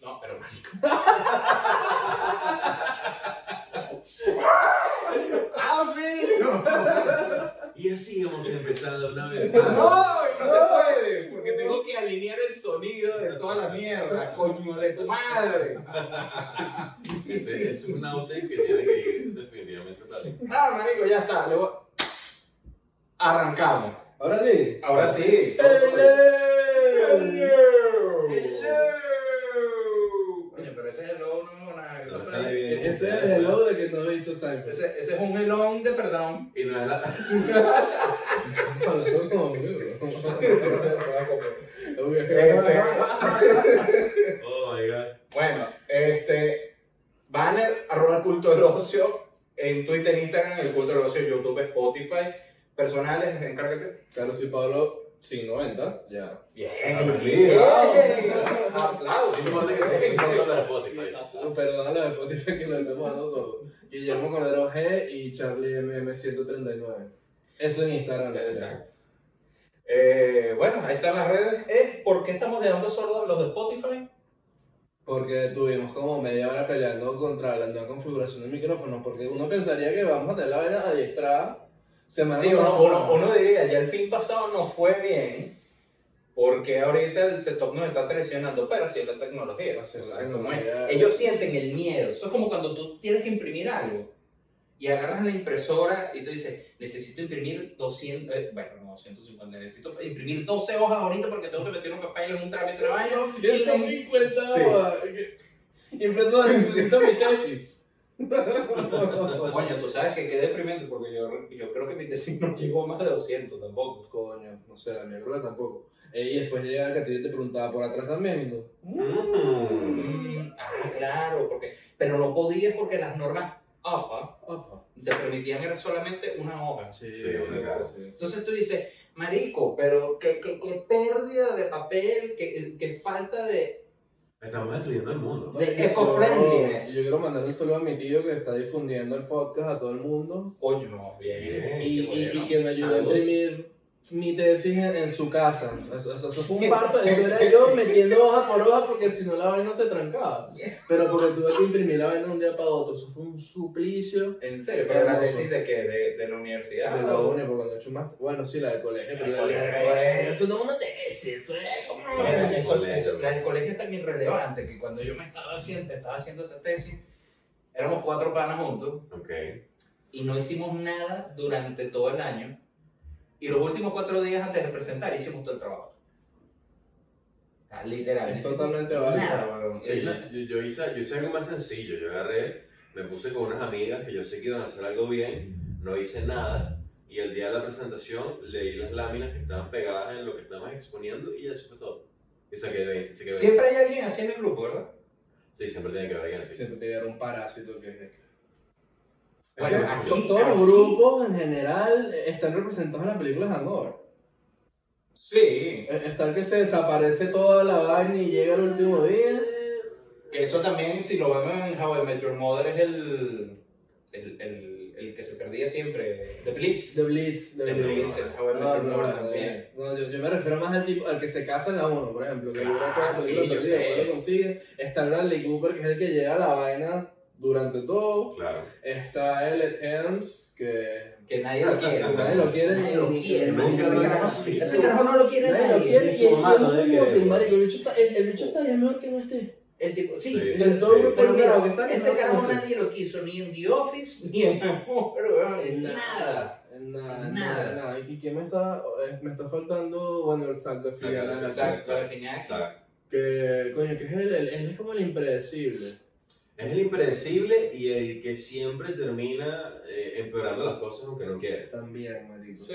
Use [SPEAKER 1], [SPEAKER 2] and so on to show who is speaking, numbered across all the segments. [SPEAKER 1] No, pero marico.
[SPEAKER 2] ¡Ah, sí!
[SPEAKER 1] Y así hemos empezado una vez
[SPEAKER 2] ¡No!
[SPEAKER 1] más.
[SPEAKER 2] ¡No
[SPEAKER 3] No
[SPEAKER 2] se
[SPEAKER 3] se
[SPEAKER 2] puede!
[SPEAKER 3] puede, porque tengo que alinear el sonido de toda la mierda, coño de tu madre.
[SPEAKER 1] Ese es un outtake que tiene que ir definitivamente para ti.
[SPEAKER 3] Ah, marico, ya está. le voy- Arrancamos.
[SPEAKER 2] Ahora sí.
[SPEAKER 3] Ahora sí.
[SPEAKER 2] ¡Hello!
[SPEAKER 3] Hello. Coño, pero ese hello no es nada.
[SPEAKER 1] No
[SPEAKER 3] eso
[SPEAKER 1] sale
[SPEAKER 3] es-
[SPEAKER 1] bien.
[SPEAKER 2] Ese es el hello de que no he visto Pues, Seinfeld.
[SPEAKER 3] Ese, ese es un hello de perdón.
[SPEAKER 1] Y no es la.
[SPEAKER 2] No, no, no.
[SPEAKER 3] Este,
[SPEAKER 1] Oh my god.
[SPEAKER 3] Bueno, este. Banner, arroba el culto del ocio. En Twitter, Instagram, el culto del ocio, YouTube, Spotify. Personales, encárgate.
[SPEAKER 2] Carlos y Pablo, 590, ya.
[SPEAKER 3] Bien.
[SPEAKER 1] Bien.
[SPEAKER 3] Aplausos.
[SPEAKER 1] Es importante que se quede solo para Spotify.
[SPEAKER 2] Perdona la de Spotify pues, que lo andamos a nosotros. Guillermo Cordero G y Charlie MM139. Eso en Instagram.
[SPEAKER 3] Exacto. Eh, bueno, ahí están las redes. Eh, ¿Por qué estamos dejando sordos los de Spotify?
[SPEAKER 2] Porque tuvimos como media hora peleando contra la nueva configuración de micrófonos, porque uno pensaría que vamos a tener la vaina adiestrada semana
[SPEAKER 3] Sí,
[SPEAKER 2] con
[SPEAKER 3] uno,
[SPEAKER 2] semana.
[SPEAKER 3] uno- uno diría, ya el fin pasado no fue bien, porque ahorita el setup nos está traicionando, pero así es la tecnología.
[SPEAKER 2] Así es
[SPEAKER 3] o
[SPEAKER 2] la
[SPEAKER 3] sea, como es.
[SPEAKER 2] tecnología.
[SPEAKER 3] Ellos sienten el miedo. Eso es como cuando tú tienes que imprimir algo y agarras la impresora y tú dices, necesito imprimir 200, eh, bueno, no 250, necesito imprimir 12 hojas ahorita porque tengo que meter un papel en un trámite de vaina. y la-
[SPEAKER 2] 150
[SPEAKER 3] Sí.
[SPEAKER 2] horas. Y empezó, necesito mi tesis.
[SPEAKER 3] Coño, tú sabes que qué deprimente porque yo, yo creo que mi tesis no llegó a más de 200 tampoco.
[SPEAKER 2] Coño, no sé, la mía creo que tampoco. Eh, y después llega que te preguntaba por atrás también. y no.
[SPEAKER 1] Mm.
[SPEAKER 3] Ah, claro, porque, pero no podías porque las normas APA
[SPEAKER 2] Opa.
[SPEAKER 3] te permitían era solamente una hoja.
[SPEAKER 2] Sí,
[SPEAKER 1] Sí, una cara.
[SPEAKER 2] sí.
[SPEAKER 3] Entonces tú dices, marico, pero qué, qué, qué pérdida de papel, qué, qué falta de...
[SPEAKER 1] Estamos destruyendo el mundo.
[SPEAKER 3] de
[SPEAKER 2] Yo quiero-
[SPEAKER 3] eco-friendliness.
[SPEAKER 2] Yo quiero mandar un saludo a mi tío que está difundiendo el podcast a todo el mundo.
[SPEAKER 3] Coño, no, bien.
[SPEAKER 1] Bien.
[SPEAKER 3] qué
[SPEAKER 2] y, y-
[SPEAKER 3] bueno.
[SPEAKER 2] y que me ayudó a
[SPEAKER 3] Salud.
[SPEAKER 2] imprimir mi tesis en, en su casa. O sea, eso fue un parto, eso era yo metiendo hoja por hoja porque si no la vaina se trancaba. Pero porque tuve que imprimir la vaina de un día para otro, eso fue un suplicio.
[SPEAKER 3] En serio, pero la
[SPEAKER 2] Hermoso.
[SPEAKER 3] tesis de qué, de, de la universidad.
[SPEAKER 2] De la uni, porque cuando he hecho más. Bueno, sí, la del colegio,
[SPEAKER 3] La
[SPEAKER 2] pero
[SPEAKER 3] del
[SPEAKER 2] la del
[SPEAKER 3] colegio.
[SPEAKER 2] colegio. Eso no es una tesis, eso es como.
[SPEAKER 3] Mira,
[SPEAKER 1] Ay,
[SPEAKER 3] eso,
[SPEAKER 1] colegio.
[SPEAKER 3] eso- la del colegio es tan irrelevante que cuando yo me estaba haciendo, estaba haciendo esa tesis, éramos cuatro panas juntos
[SPEAKER 1] Ok.
[SPEAKER 3] y no hicimos nada durante todo el año. Y los últimos cuatro días antes de presentar hicimos todo el trabajo. O sea, literal.
[SPEAKER 2] Es
[SPEAKER 3] no hicimos
[SPEAKER 2] totalmente válido.
[SPEAKER 3] Nada, weón.
[SPEAKER 1] Yo, yo- yo hice, yo hice algo más sencillo. Yo agarré, me puse con unas amigas que yo sé que iban a hacer algo bien, no hice nada. Y el día de la presentación leí las láminas que estaban pegadas en lo que estábamos exponiendo y eso fue todo. Y se quedó bien. Se quedó bien.
[SPEAKER 3] Siempre hay alguien así en el grupo, ¿verdad?
[SPEAKER 1] Sí, siempre tiene que haber alguien así.
[SPEAKER 2] Siempre te dieron un parásito que
[SPEAKER 3] Bueno,
[SPEAKER 1] Entonces,
[SPEAKER 3] aquí-
[SPEAKER 1] yo-
[SPEAKER 2] To- Todos los grupos en general eh, están representados en la película Hangover.
[SPEAKER 3] Sí.
[SPEAKER 2] Eh, Está el que se desaparece toda la vaina y llega el último día.
[SPEAKER 3] Que eso también, si lo vemos en How I Met Your Mother, es el, el, el, el que se perdía siempre. The Blitz. Ah,
[SPEAKER 2] The Blitz, The
[SPEAKER 3] The
[SPEAKER 1] Blitz.
[SPEAKER 3] Blitz, en How I Met
[SPEAKER 2] No,
[SPEAKER 3] Your
[SPEAKER 2] Ah, no,
[SPEAKER 3] Mother
[SPEAKER 2] no,
[SPEAKER 3] también.
[SPEAKER 2] no, yo, yo me refiero más al tipo, al que se casa en la 1, por ejemplo, que dura toda la
[SPEAKER 3] Claro, Ah, sí,
[SPEAKER 2] película
[SPEAKER 3] yo
[SPEAKER 2] perdida,
[SPEAKER 3] sé.
[SPEAKER 2] después lo consigue. Está el Bradley Cooper, que es el que lleva la vaina durante todo.
[SPEAKER 1] Claro.
[SPEAKER 2] Está el Ed Helms, que
[SPEAKER 3] Que nadie lo quiere.
[SPEAKER 2] nadie lo quiere.
[SPEAKER 3] Nadie lo
[SPEAKER 2] ni-
[SPEAKER 3] quiere,
[SPEAKER 2] ni-
[SPEAKER 3] marico,
[SPEAKER 2] ni-
[SPEAKER 3] ese
[SPEAKER 2] ni-
[SPEAKER 3] carajo-
[SPEAKER 2] ni-
[SPEAKER 3] Ese carajo no lo quiere nadie.
[SPEAKER 2] Nadie lo quiere
[SPEAKER 1] Ni
[SPEAKER 2] y
[SPEAKER 1] su
[SPEAKER 2] el
[SPEAKER 1] mamá
[SPEAKER 2] el
[SPEAKER 1] lo debe
[SPEAKER 2] único
[SPEAKER 1] querer,
[SPEAKER 2] que, marico, el bicho está- el- el bicho está ya mejor que no esté.
[SPEAKER 3] El tipo, sí.
[SPEAKER 1] Sí.
[SPEAKER 2] En todo grupo
[SPEAKER 3] Pero
[SPEAKER 2] el
[SPEAKER 3] mira,
[SPEAKER 2] carajo que está que
[SPEAKER 3] ese
[SPEAKER 2] no
[SPEAKER 3] carajo
[SPEAKER 2] está.
[SPEAKER 3] nadie lo quiso, ni en The Office, ni en Pero, weón,
[SPEAKER 2] En
[SPEAKER 3] nada.
[SPEAKER 2] En nada.
[SPEAKER 3] En nada.
[SPEAKER 2] en nada. en nada. ¿Y qué me está, eh, me está faltando? Bueno, el saco así.
[SPEAKER 1] Zac
[SPEAKER 2] la-
[SPEAKER 1] Efron.
[SPEAKER 3] Exacto, al final. sí.
[SPEAKER 1] Exacto.
[SPEAKER 2] Que, coño, que es él, él, él es como el impredecible.
[SPEAKER 1] Es el impredecible y el que siempre termina eh, empeorando las cosas aunque no quiere.
[SPEAKER 2] También, marico.
[SPEAKER 3] Sí.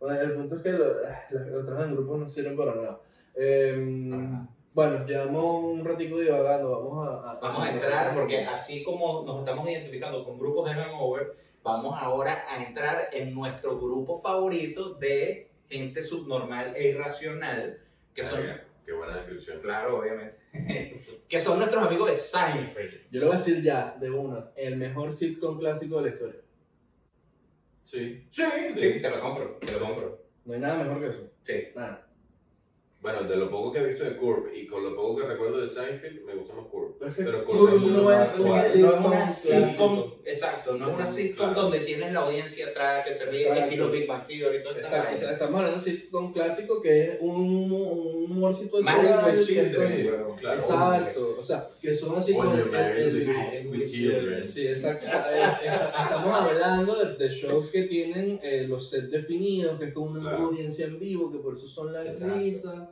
[SPEAKER 2] Bueno, el punto es que lo- ah, las otras en grupos no sirven para nada. Em,
[SPEAKER 3] Ajá.
[SPEAKER 2] bueno, llevamos un ratico divagando, vamos a...
[SPEAKER 3] Vamos a entrar, porque así como nos estamos identificando con grupos de hangover, vamos ahora a entrar en nuestro grupo favorito de gente subnormal e irracional, que son,
[SPEAKER 1] Verga, Qué buena descripción.
[SPEAKER 3] claro, obviamente, que son nuestros amigos de Seinfeld.
[SPEAKER 2] Yo lo voy a decir ya, de una, el mejor sitcom clásico de la historia.
[SPEAKER 1] Sí.
[SPEAKER 3] Sí, sí, te lo compro, te lo compro.
[SPEAKER 2] No hay nada mejor que eso.
[SPEAKER 3] Sí.
[SPEAKER 2] Nada.
[SPEAKER 1] Bueno, de lo poco que he visto de Curb y con lo poco que recuerdo de Seinfeld, me gusta más Curb.
[SPEAKER 2] Pero es que
[SPEAKER 1] Pero
[SPEAKER 2] Curb
[SPEAKER 1] Curb es mucho
[SPEAKER 2] no
[SPEAKER 1] más
[SPEAKER 2] es
[SPEAKER 3] Sí,
[SPEAKER 2] una
[SPEAKER 1] actual.
[SPEAKER 3] no es una
[SPEAKER 2] sitcom
[SPEAKER 3] sitcom,
[SPEAKER 2] clásico.
[SPEAKER 3] exacto, no es una sitcom
[SPEAKER 1] Claro.
[SPEAKER 3] donde tienes la audiencia atrás que se ríe,
[SPEAKER 2] Exacto.
[SPEAKER 3] estilo Big Bang Theory y todo
[SPEAKER 2] Exacto, o sea, estamos hablando de un sitcom clásico que es un, un humor
[SPEAKER 3] Married with
[SPEAKER 2] situacional. que es
[SPEAKER 3] Children,
[SPEAKER 2] con-
[SPEAKER 3] weón.
[SPEAKER 1] claro.
[SPEAKER 2] Exacto, o sea, que son así como
[SPEAKER 1] Coño,
[SPEAKER 2] el-
[SPEAKER 1] Married
[SPEAKER 2] el-
[SPEAKER 1] with- with Children.
[SPEAKER 2] Sí, exacto. O sea, eh, eh, Estamos hablando de, de shows que tienen eh, los sets definidos, que es con una
[SPEAKER 1] Claro.
[SPEAKER 2] audiencia en vivo, que por eso son las
[SPEAKER 3] Exacto.
[SPEAKER 2] risas.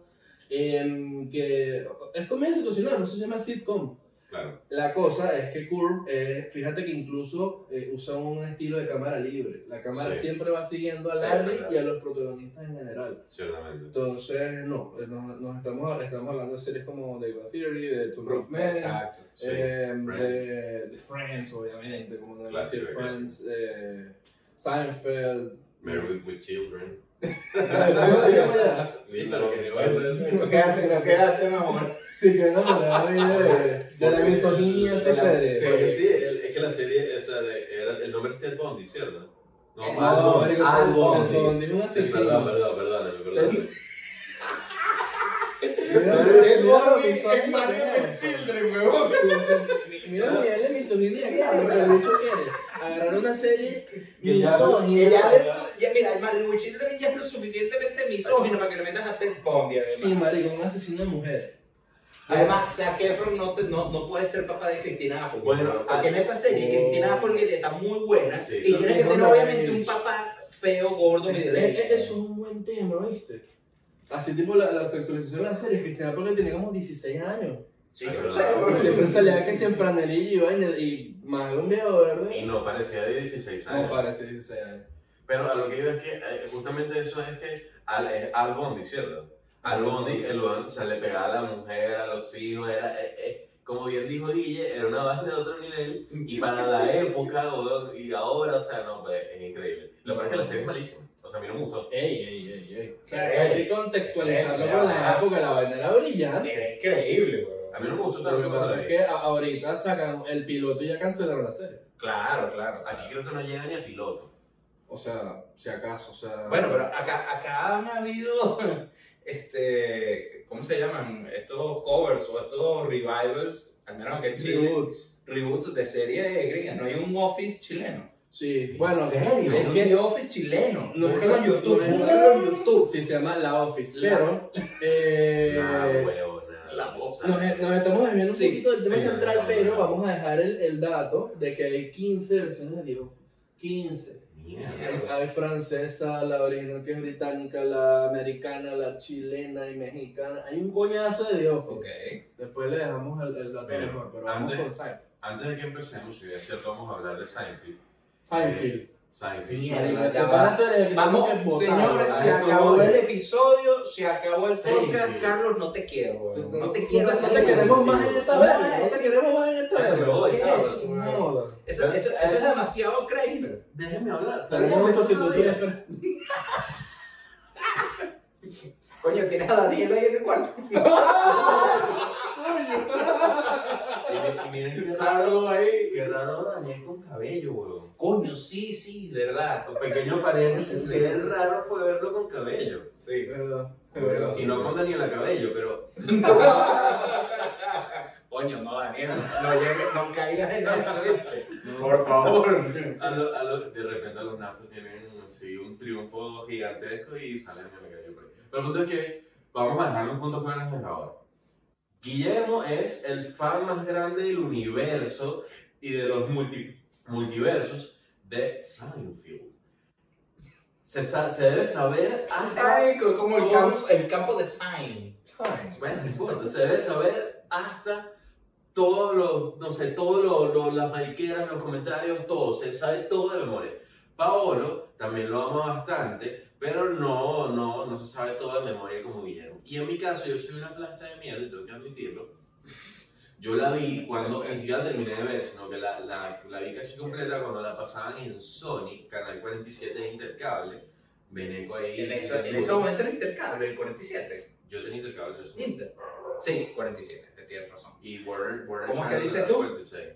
[SPEAKER 2] em, que es comedia situacional, no se llama sitcom.
[SPEAKER 1] Claro.
[SPEAKER 2] La cosa es que Curb, eh, fíjate que incluso eh, usa un estilo de cámara libre. La cámara
[SPEAKER 1] Sí.
[SPEAKER 2] siempre va siguiendo a
[SPEAKER 1] Sí,
[SPEAKER 2] Larry
[SPEAKER 1] claro.
[SPEAKER 2] y a los protagonistas en general.
[SPEAKER 1] Ciertamente.
[SPEAKER 2] Entonces, no, eh, no- nos estamos, estamos hablando de series como The Big Bang Theory, de Two Rough Men,
[SPEAKER 3] Exacto.
[SPEAKER 1] Sí.
[SPEAKER 2] eh,
[SPEAKER 1] Friends.
[SPEAKER 2] de, de Friends, obviamente, como no decir
[SPEAKER 1] Clásico,
[SPEAKER 2] Friends, eh, Seinfeld.
[SPEAKER 1] Married with, with Children.
[SPEAKER 2] Sí,
[SPEAKER 1] Linda lo que digo, es-
[SPEAKER 4] Tú quedaste, no quedaste, mi amor.
[SPEAKER 2] que enamorada de, de la misoginia de esa
[SPEAKER 4] Porque-
[SPEAKER 2] serie.
[SPEAKER 1] Porque sí, el- es que la serie, o sea, de- era, el nombre es Ted Bundy, ¿cierto? No,
[SPEAKER 2] Eh, No,
[SPEAKER 1] Al Bundy.
[SPEAKER 2] marico,
[SPEAKER 1] Al
[SPEAKER 2] Ted
[SPEAKER 1] Bundy.
[SPEAKER 2] Bundy es un
[SPEAKER 1] Sí, perdón,
[SPEAKER 2] asesino.
[SPEAKER 1] perdón, perdóname, perdóname.
[SPEAKER 2] Mira,
[SPEAKER 4] Pero
[SPEAKER 2] mira,
[SPEAKER 4] Ted
[SPEAKER 2] mira lo
[SPEAKER 4] Bundy es
[SPEAKER 2] misógino que
[SPEAKER 4] Married
[SPEAKER 2] es.
[SPEAKER 4] with Children, weón.
[SPEAKER 2] Sí, o sea, Mira, mira la misoginia que hay, lo que el bicho quiere. Agarrar una serie
[SPEAKER 4] Que ya-
[SPEAKER 2] misógina.
[SPEAKER 3] Que ya, de eso- ya, mira, el Married with Children ya es lo suficientemente misógino para que le metas a Ted Bundy, además.
[SPEAKER 2] Sí, marico, un asesino de mujeres.
[SPEAKER 3] Además, Zac Efron no, te- no, no puede ser papá de Cristina Apple.
[SPEAKER 1] Bueno,
[SPEAKER 3] porque en esa serie Cristina Applegate está muy buena
[SPEAKER 1] Sí,
[SPEAKER 3] y
[SPEAKER 1] lo
[SPEAKER 3] tienes que
[SPEAKER 2] mismo
[SPEAKER 3] tener
[SPEAKER 2] no
[SPEAKER 3] obviamente
[SPEAKER 2] es.
[SPEAKER 3] un papá feo, gordo,
[SPEAKER 2] Eh,
[SPEAKER 3] medio
[SPEAKER 2] eh, eh, Eso es un buen tema, ¿viste? Así tipo la, la sexualización de las series, Cristina porque tenía como 16 años.
[SPEAKER 3] Sí,
[SPEAKER 1] Ay,
[SPEAKER 3] yo
[SPEAKER 1] verdad.
[SPEAKER 3] sé,
[SPEAKER 2] Y
[SPEAKER 3] weón.
[SPEAKER 2] siempre salía que si en franelilla y vaina y más de un Ah, viejo
[SPEAKER 1] Y
[SPEAKER 2] verde.
[SPEAKER 1] no parecía de 16 años.
[SPEAKER 2] No parece 16 años.
[SPEAKER 1] Pero a lo que yo es que eh, justamente eso es que al, es Al Bondi, ¿cierto? Al Bondi el, o sea, le pegaba a la mujer, a los hijos, era, eh, eh, como bien dijo Guille, era una base de otro nivel y para la época o- y ahora, o sea, no, pues es increíble. Lo que pasa es que la serie es malísima, o sea, a mí no me gustó.
[SPEAKER 2] Ey, ey, ey, ey.
[SPEAKER 3] O
[SPEAKER 2] O
[SPEAKER 3] sea,
[SPEAKER 2] sea, hay que contextualizarlo con la época, la vaina era brillante.
[SPEAKER 3] Era increíble, weón.
[SPEAKER 1] A mí no me gustó
[SPEAKER 2] Lo que
[SPEAKER 1] tanto.
[SPEAKER 2] pasa
[SPEAKER 1] la
[SPEAKER 2] es
[SPEAKER 1] serie.
[SPEAKER 2] que a- ahorita sacan el piloto y ya cancelaron la serie.
[SPEAKER 3] Claro, claro.
[SPEAKER 1] Aquí creo que no llega ni a piloto.
[SPEAKER 2] O sea, si acaso, o sea.
[SPEAKER 3] Bueno, pero acá, acá han habido, este, ¿cómo se llaman? Estos covers o estos revivals, al menos acá en Chile,
[SPEAKER 2] Reboots.
[SPEAKER 3] reboots de series gringas. No hay un Office chileno.
[SPEAKER 2] Sí, bueno.
[SPEAKER 1] serio?
[SPEAKER 3] Es
[SPEAKER 2] Es
[SPEAKER 3] que
[SPEAKER 2] que-
[SPEAKER 3] hay Office chileno.
[SPEAKER 2] No,
[SPEAKER 3] Búscalo en
[SPEAKER 2] no,
[SPEAKER 3] YouTube.
[SPEAKER 2] no, no,
[SPEAKER 3] Búscalo en YouTube.
[SPEAKER 2] Sí, se llama La Office,
[SPEAKER 3] La-
[SPEAKER 2] pero eh,
[SPEAKER 1] Nah, huevona,
[SPEAKER 3] la
[SPEAKER 1] cosa.
[SPEAKER 2] nos, nos estamos desviando
[SPEAKER 3] Sí,
[SPEAKER 2] un poquito del tema
[SPEAKER 1] sí,
[SPEAKER 2] central,
[SPEAKER 1] no, no,
[SPEAKER 2] pero
[SPEAKER 1] no.
[SPEAKER 2] vamos a dejar el, el dato de que hay 15 versiones de The Office. 15.
[SPEAKER 1] Mierda.
[SPEAKER 2] Hay francesa, la original que es británica, la americana, la chilena y mexicana. Hay un coñazo de The Office.
[SPEAKER 3] Ok.
[SPEAKER 2] Después le dejamos el, el dato
[SPEAKER 1] Mira,
[SPEAKER 2] mejor, pero vamos
[SPEAKER 1] antes-
[SPEAKER 2] con Seinfeld.
[SPEAKER 1] Antes de que empecemos, si bien es cierto, vamos a hablar de Seinfeld. Eh,
[SPEAKER 2] Seinfeld.
[SPEAKER 1] Seinfeld.
[SPEAKER 3] Mierda,
[SPEAKER 2] Marico,
[SPEAKER 3] ya
[SPEAKER 2] te
[SPEAKER 3] va.
[SPEAKER 2] paras, tú eres-
[SPEAKER 3] Vamos,
[SPEAKER 2] tenemos que
[SPEAKER 3] señores,
[SPEAKER 2] votar.
[SPEAKER 1] a
[SPEAKER 3] se
[SPEAKER 1] eso
[SPEAKER 3] acabó
[SPEAKER 1] voy.
[SPEAKER 3] el episodio, se acabó el
[SPEAKER 1] Sí,
[SPEAKER 3] podcast.
[SPEAKER 1] sí.
[SPEAKER 3] Carlos, no te quiero, weón. No te quiero.
[SPEAKER 2] No
[SPEAKER 3] así,
[SPEAKER 2] te queremos
[SPEAKER 3] weón.
[SPEAKER 2] más en esta
[SPEAKER 3] No,
[SPEAKER 2] verga. No
[SPEAKER 3] es-
[SPEAKER 2] te queremos más en esta
[SPEAKER 1] Pero,
[SPEAKER 2] verga.
[SPEAKER 1] oye,
[SPEAKER 2] ¿Qué
[SPEAKER 3] chavo,
[SPEAKER 2] es?
[SPEAKER 3] weón.
[SPEAKER 2] Joda.
[SPEAKER 3] Eso, eso, eso es demasiado Kramer.
[SPEAKER 1] Déjeme hablar.
[SPEAKER 2] Tenemos un sustituto de
[SPEAKER 3] Coño, tienes a Daniel ahí en el cuarto.
[SPEAKER 1] Y miren qué raro ahí, qué raro Daniel con cabello, weón.
[SPEAKER 3] Coño, sí, sí, de verdad.
[SPEAKER 1] Un pequeño paréntesis, qué raro fue verlo con cabello.
[SPEAKER 3] Sí.
[SPEAKER 1] Y no con Daniela Cabello, pero
[SPEAKER 3] Coño, no, Daniel, no, llegues, no caigas en eso.
[SPEAKER 2] Por
[SPEAKER 3] favor.
[SPEAKER 1] a lo- a lo- de repente los Naftas tienen así un triunfo gigantesco y sale Daniela Cabello por ahí. Pero el punto es que vamos a dejar los puntos claros desde ahora. Guillermo es el fan más grande del universo y de los multi- multiversos de Seinfeld. Se, sa- se debe saber hasta...
[SPEAKER 3] como el campo, el campo de Sign.
[SPEAKER 1] Bueno, no importa, se debe saber hasta todos los, no sé, todos los, los- las mariqueras, los comentarios, todo, se sabe todo de memoria. Paolo también lo ama bastante, pero no, no, no se sabe todo de memoria como Guillermo. Y en mi caso, yo soy una plasta de mierda, y tengo que admitirlo. Yo la vi cuando, ni siquiera terminé de ver, sino que la, la, la vi casi completa cuando la pasaban en Sony, Canal 47 de Intercable. Veneco ahí.
[SPEAKER 3] En, eso, en ese momento era intercable, el 47.
[SPEAKER 1] Yo tenía Intercable en ese momento.
[SPEAKER 3] Inter. Sí, 47, que tienes razón.
[SPEAKER 1] Y Warner, Warner
[SPEAKER 3] ¿Cómo es que
[SPEAKER 1] Channel
[SPEAKER 3] dices
[SPEAKER 1] da
[SPEAKER 3] tú?
[SPEAKER 1] 46.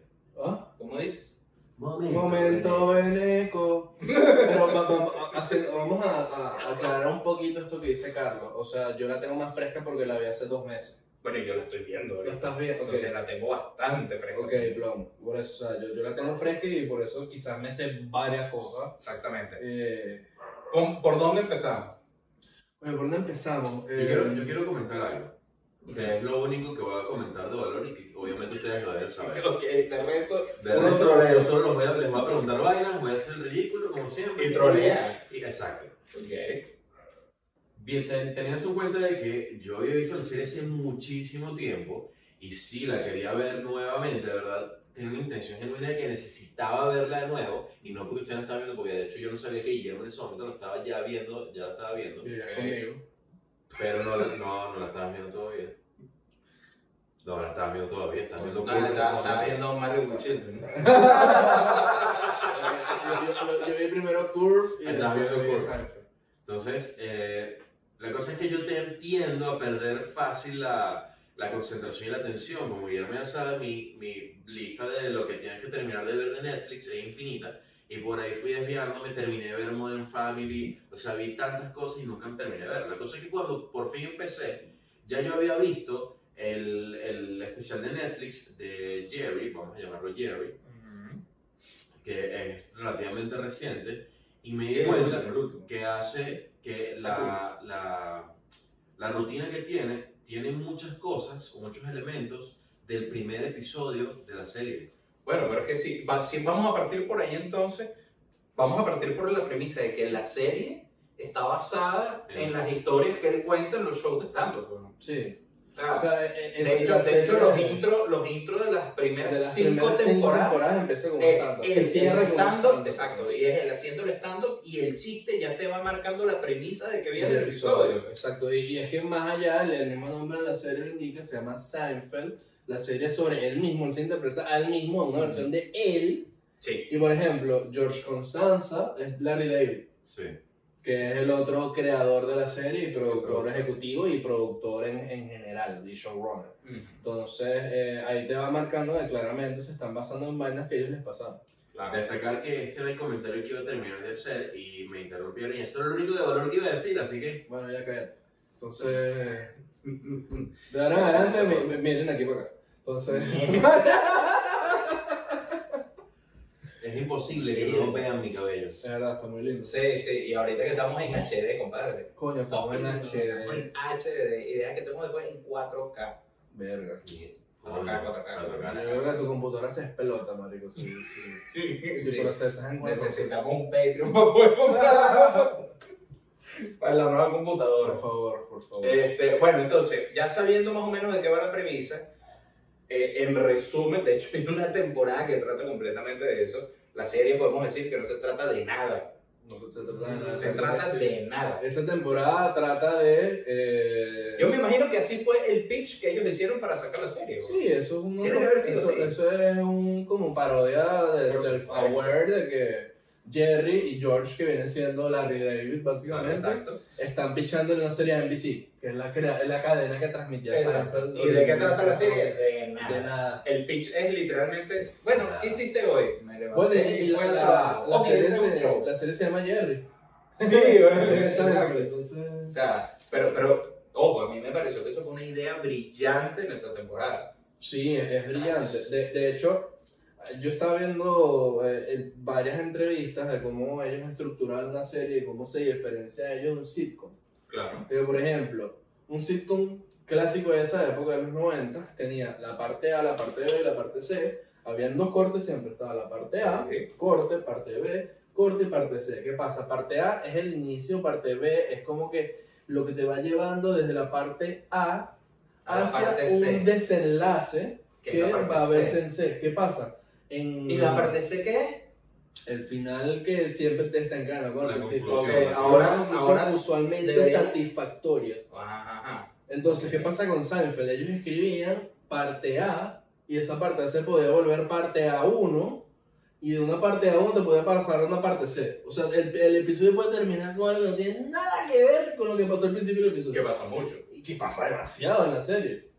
[SPEAKER 2] ¿Ah?
[SPEAKER 3] ¿Cómo dices?
[SPEAKER 1] Momento.
[SPEAKER 2] Momento Beneco. Pero va- va- va- hacer- vamos a, a- a aclarar un poquito esto que dice Carlos. O sea, yo la tengo más fresca porque la vi hace dos meses.
[SPEAKER 3] Bueno, yo la estoy viendo
[SPEAKER 2] ¿Lo
[SPEAKER 3] ahorita.
[SPEAKER 2] estás bien? Ok,
[SPEAKER 3] Entonces la tengo bastante fresca.
[SPEAKER 2] Ok, plomo. Por eso, o sea, yo, yo la tengo fresca y por eso quizás me sé varias cosas.
[SPEAKER 3] Exactamente.
[SPEAKER 2] Eh,
[SPEAKER 3] ¿Con- ¿Por dónde empezamos?
[SPEAKER 2] bueno, ¿por dónde empezamos?
[SPEAKER 1] Yo
[SPEAKER 2] Eh,
[SPEAKER 1] quiero, yo quiero comentar algo, que es lo único que voy a comentar de valor y que obviamente ustedes lo deben saber.
[SPEAKER 3] Ok, de resto.
[SPEAKER 1] De
[SPEAKER 3] Uno
[SPEAKER 1] resto,
[SPEAKER 3] trolea.
[SPEAKER 1] yo solo los voy a- les voy a preguntar vainas, voy a hacer el ridículo como siempre. Y- Exacto.
[SPEAKER 3] Ok.
[SPEAKER 1] Bien, ten- teniendo en cuenta de que yo había visto la serie hace muchísimo tiempo y sí la quería ver nuevamente, de verdad, tenía una intención genuina de que necesitaba verla de nuevo y no porque ustedes la estaban viendo, porque de hecho yo no sabía que Guillermo en ese momento lo estaba ya viendo, ya la estaba viendo,
[SPEAKER 2] vivías conmigo.
[SPEAKER 1] pero no, la- no, no la estabas viendo todavía. No, la estabas viendo todavía, estás viendo
[SPEAKER 3] No,
[SPEAKER 1] Cool en ese
[SPEAKER 3] estaba,
[SPEAKER 1] momento.
[SPEAKER 3] estaba viendo Mario with Children.
[SPEAKER 2] yo, yo- yo vi primero Curve
[SPEAKER 3] Ah,
[SPEAKER 2] y
[SPEAKER 1] Estás viendo
[SPEAKER 2] después vi
[SPEAKER 1] Curve.
[SPEAKER 2] Seinfeld.
[SPEAKER 1] Entonces, eh, la cosa es que yo te tiendo a perder fácil la, la concentración y la atención. Como Guillermo ya sabe, mi, mi lista de lo que tienes que terminar de ver de Netflix es infinita. Y por ahí fui desviándome, terminé de ver Modern Family, o sea, vi tantas cosas y nunca terminé de ver. La cosa es que cuando por fin empecé, ya yo había visto el, el especial de Netflix de Jerry, vamos a llamarlo Jerry, que es relativamente reciente, y me di cuenta que hace que la, la, la rutina que tiene tiene muchas cosas, muchos elementos del primer episodio de la serie.
[SPEAKER 3] Bueno, pero es que si, va- si vamos a partir por ahí entonces, vamos a partir por la premisa de que la serie está basada
[SPEAKER 1] Sí.
[SPEAKER 3] en las historias que él cuenta en los shows de stand-up. ¿no?
[SPEAKER 2] Sí.
[SPEAKER 3] O sea,
[SPEAKER 2] O sea, e- e-
[SPEAKER 3] de hecho,
[SPEAKER 2] esa
[SPEAKER 3] de hecho, los,
[SPEAKER 2] serie-
[SPEAKER 3] intros los intros de las
[SPEAKER 2] de
[SPEAKER 3] primeras
[SPEAKER 2] las
[SPEAKER 3] cinco
[SPEAKER 2] primeras cinco
[SPEAKER 3] temporadas
[SPEAKER 2] temporadas empieza con un
[SPEAKER 3] Eh,
[SPEAKER 2] stand-up.
[SPEAKER 3] el
[SPEAKER 2] Y cierra
[SPEAKER 3] cierre
[SPEAKER 2] con un
[SPEAKER 3] stand-up,
[SPEAKER 2] stand-up.
[SPEAKER 3] exacto, y es el haciendo el stand-up y el chiste ya te va marcando la premisa de que
[SPEAKER 2] Y
[SPEAKER 3] viene el episodio.
[SPEAKER 2] Exacto, y, y es que más allá, el, el mismo nombre de la serie lo indica, se llama Seinfeld. La serie es sobre él mismo, él se interpreta al mismo, una
[SPEAKER 3] Ujú.
[SPEAKER 2] versión de él.
[SPEAKER 3] Sí.
[SPEAKER 2] Y por ejemplo, George Constanza es Larry David,
[SPEAKER 1] Sí.
[SPEAKER 2] que es el otro creador de la serie y productor
[SPEAKER 3] Productor.
[SPEAKER 2] ejecutivo y productor en, en general, y showrunner.
[SPEAKER 3] Mm,
[SPEAKER 2] Entonces, eh, ahí te va marcando que claramente se están basando en vainas que ellos les pasaron.
[SPEAKER 1] Destacar que este era el comentario que iba a terminar de hacer y me interrumpieron y eso era lo único de valor que iba a decir, así que...
[SPEAKER 2] Bueno, ya cállate. Entonces...
[SPEAKER 3] Mm.
[SPEAKER 2] De ahora en adelante, mi- mi- miren aquí para acá. Entonces.
[SPEAKER 1] Es imposible que no vean mi cabello.
[SPEAKER 2] Es verdad, está muy lindo.
[SPEAKER 3] Sí, sí, y ahorita que estamos en HD, compadre.
[SPEAKER 2] Coño, estamos en HD.
[SPEAKER 3] En HD, y deja que estemos después en 4K.
[SPEAKER 2] Verga.
[SPEAKER 1] Coño,
[SPEAKER 3] 4K, 4K,
[SPEAKER 2] Yo creo que tu computadora se despelota, marico. Si, si,
[SPEAKER 3] 4K.
[SPEAKER 2] si
[SPEAKER 3] Sí.
[SPEAKER 2] procesas en cuatro.
[SPEAKER 3] Necesitamos un Patreon para poder comprar para la nueva computadora.
[SPEAKER 2] Por favor, por favor.
[SPEAKER 3] Este, bueno, entonces, ya sabiendo más o menos de qué va la premisa, eh, en resumen, de hecho hay una temporada que trata completamente de eso. La serie podemos decir que no se trata de nada.
[SPEAKER 2] no se trata de nada.
[SPEAKER 3] se trata de nada.
[SPEAKER 2] Esa temporada trata de. eh,
[SPEAKER 3] Yo me imagino que así fue el pitch que ellos hicieron para sacar la serie. güey.
[SPEAKER 2] Sí, eso es un.
[SPEAKER 3] Tiene que haber sido
[SPEAKER 2] eso,
[SPEAKER 3] así.
[SPEAKER 2] eso es un como parodia de
[SPEAKER 3] Por
[SPEAKER 2] self-aware de que. Jerry y George, que vienen siendo Larry David, básicamente,
[SPEAKER 3] Exacto.
[SPEAKER 2] están pichando en una serie de NBC, que es la, crea- es la cadena que transmitía
[SPEAKER 3] Exacto.
[SPEAKER 2] Seinfeld
[SPEAKER 3] ¿Y de qué
[SPEAKER 2] originalmente.
[SPEAKER 3] trata la serie? De
[SPEAKER 2] De
[SPEAKER 3] nada.
[SPEAKER 2] nada.
[SPEAKER 3] El pitch es literalmente, bueno, ¿qué hiciste hoy? Me levanté
[SPEAKER 2] Bueno, y
[SPEAKER 3] y
[SPEAKER 2] la,
[SPEAKER 3] fue al
[SPEAKER 2] la-
[SPEAKER 3] trabajo.
[SPEAKER 2] la
[SPEAKER 3] Ok,
[SPEAKER 2] serie
[SPEAKER 3] ese es un
[SPEAKER 2] se,
[SPEAKER 3] show.
[SPEAKER 2] la serie se llama Jerry.
[SPEAKER 3] Sí, güey,
[SPEAKER 2] Exacto.
[SPEAKER 3] exacto. O
[SPEAKER 2] Entonces,
[SPEAKER 3] sea, pero, pero, ojo, a mí me pareció que eso fue una idea brillante en esa temporada.
[SPEAKER 2] sí, es, es brillante. De, de hecho, yo estaba viendo eh, eh, varias entrevistas de cómo ellos estructuraron la serie y cómo se diferencia de ellos de un sitcom.
[SPEAKER 3] Claro.
[SPEAKER 2] Pero, por ejemplo, un sitcom clásico de esa época, de los 90, tenía la parte A, la parte B y la parte C. Habían dos cortes siempre, estaba la parte A, corte, parte B, corte y parte C. ¿Qué pasa? Parte A es el inicio, parte B es como que lo que te va llevando desde la parte A
[SPEAKER 3] A la
[SPEAKER 2] hacia
[SPEAKER 3] parte
[SPEAKER 2] un
[SPEAKER 3] C.
[SPEAKER 2] desenlace
[SPEAKER 3] que es
[SPEAKER 2] que
[SPEAKER 3] la parte
[SPEAKER 2] va a
[SPEAKER 3] C.
[SPEAKER 2] verse en C. ¿Qué pasa? En
[SPEAKER 3] ¿Y la parte C qué es?
[SPEAKER 2] el final que siempre te está en cana con
[SPEAKER 1] La
[SPEAKER 2] el principio.
[SPEAKER 1] conclusión.
[SPEAKER 2] Ok,
[SPEAKER 1] Así.
[SPEAKER 2] Ahora,
[SPEAKER 3] Una
[SPEAKER 2] una conclusión
[SPEAKER 3] ahora
[SPEAKER 2] usualmente
[SPEAKER 3] debería-
[SPEAKER 2] satisfactoria.
[SPEAKER 3] Ajá, ajá.
[SPEAKER 2] Entonces, ¿qué pasa con Seinfeld? Ellos escribían parte A y esa parte A se podía volver parte A1 y de una parte A1 te podía pasar a una parte C. O sea, el, el episodio puede terminar con algo que no tiene nada que ver con lo que pasó al principio del
[SPEAKER 3] Que
[SPEAKER 2] episodio.
[SPEAKER 3] pasa mucho.
[SPEAKER 2] Y que pasa demasiado en la serie.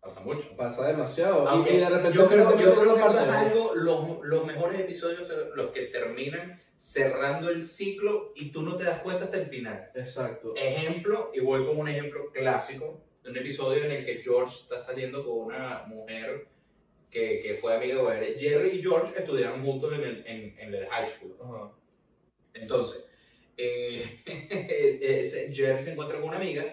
[SPEAKER 3] Pasa mucho.
[SPEAKER 2] Pasa demasiado. Y-
[SPEAKER 3] Aunque
[SPEAKER 2] y de repente
[SPEAKER 3] yo creo,
[SPEAKER 2] frente a
[SPEAKER 3] yo
[SPEAKER 2] mí
[SPEAKER 3] creo
[SPEAKER 2] otro
[SPEAKER 3] que eso es
[SPEAKER 2] parte-
[SPEAKER 3] algo, los, los mejores episodios, son los que terminan cerrando el ciclo y tú no te das cuenta hasta el final.
[SPEAKER 2] Exacto.
[SPEAKER 3] Ejemplo, y voy con un ejemplo clásico, de un episodio en el que George está saliendo con una mujer que, que fue amiga de él. Jerry y George estudiaron juntos en el, en, en el high school.
[SPEAKER 2] Ajá.
[SPEAKER 3] Entonces, eh, ese- Jerry se encuentra con una amiga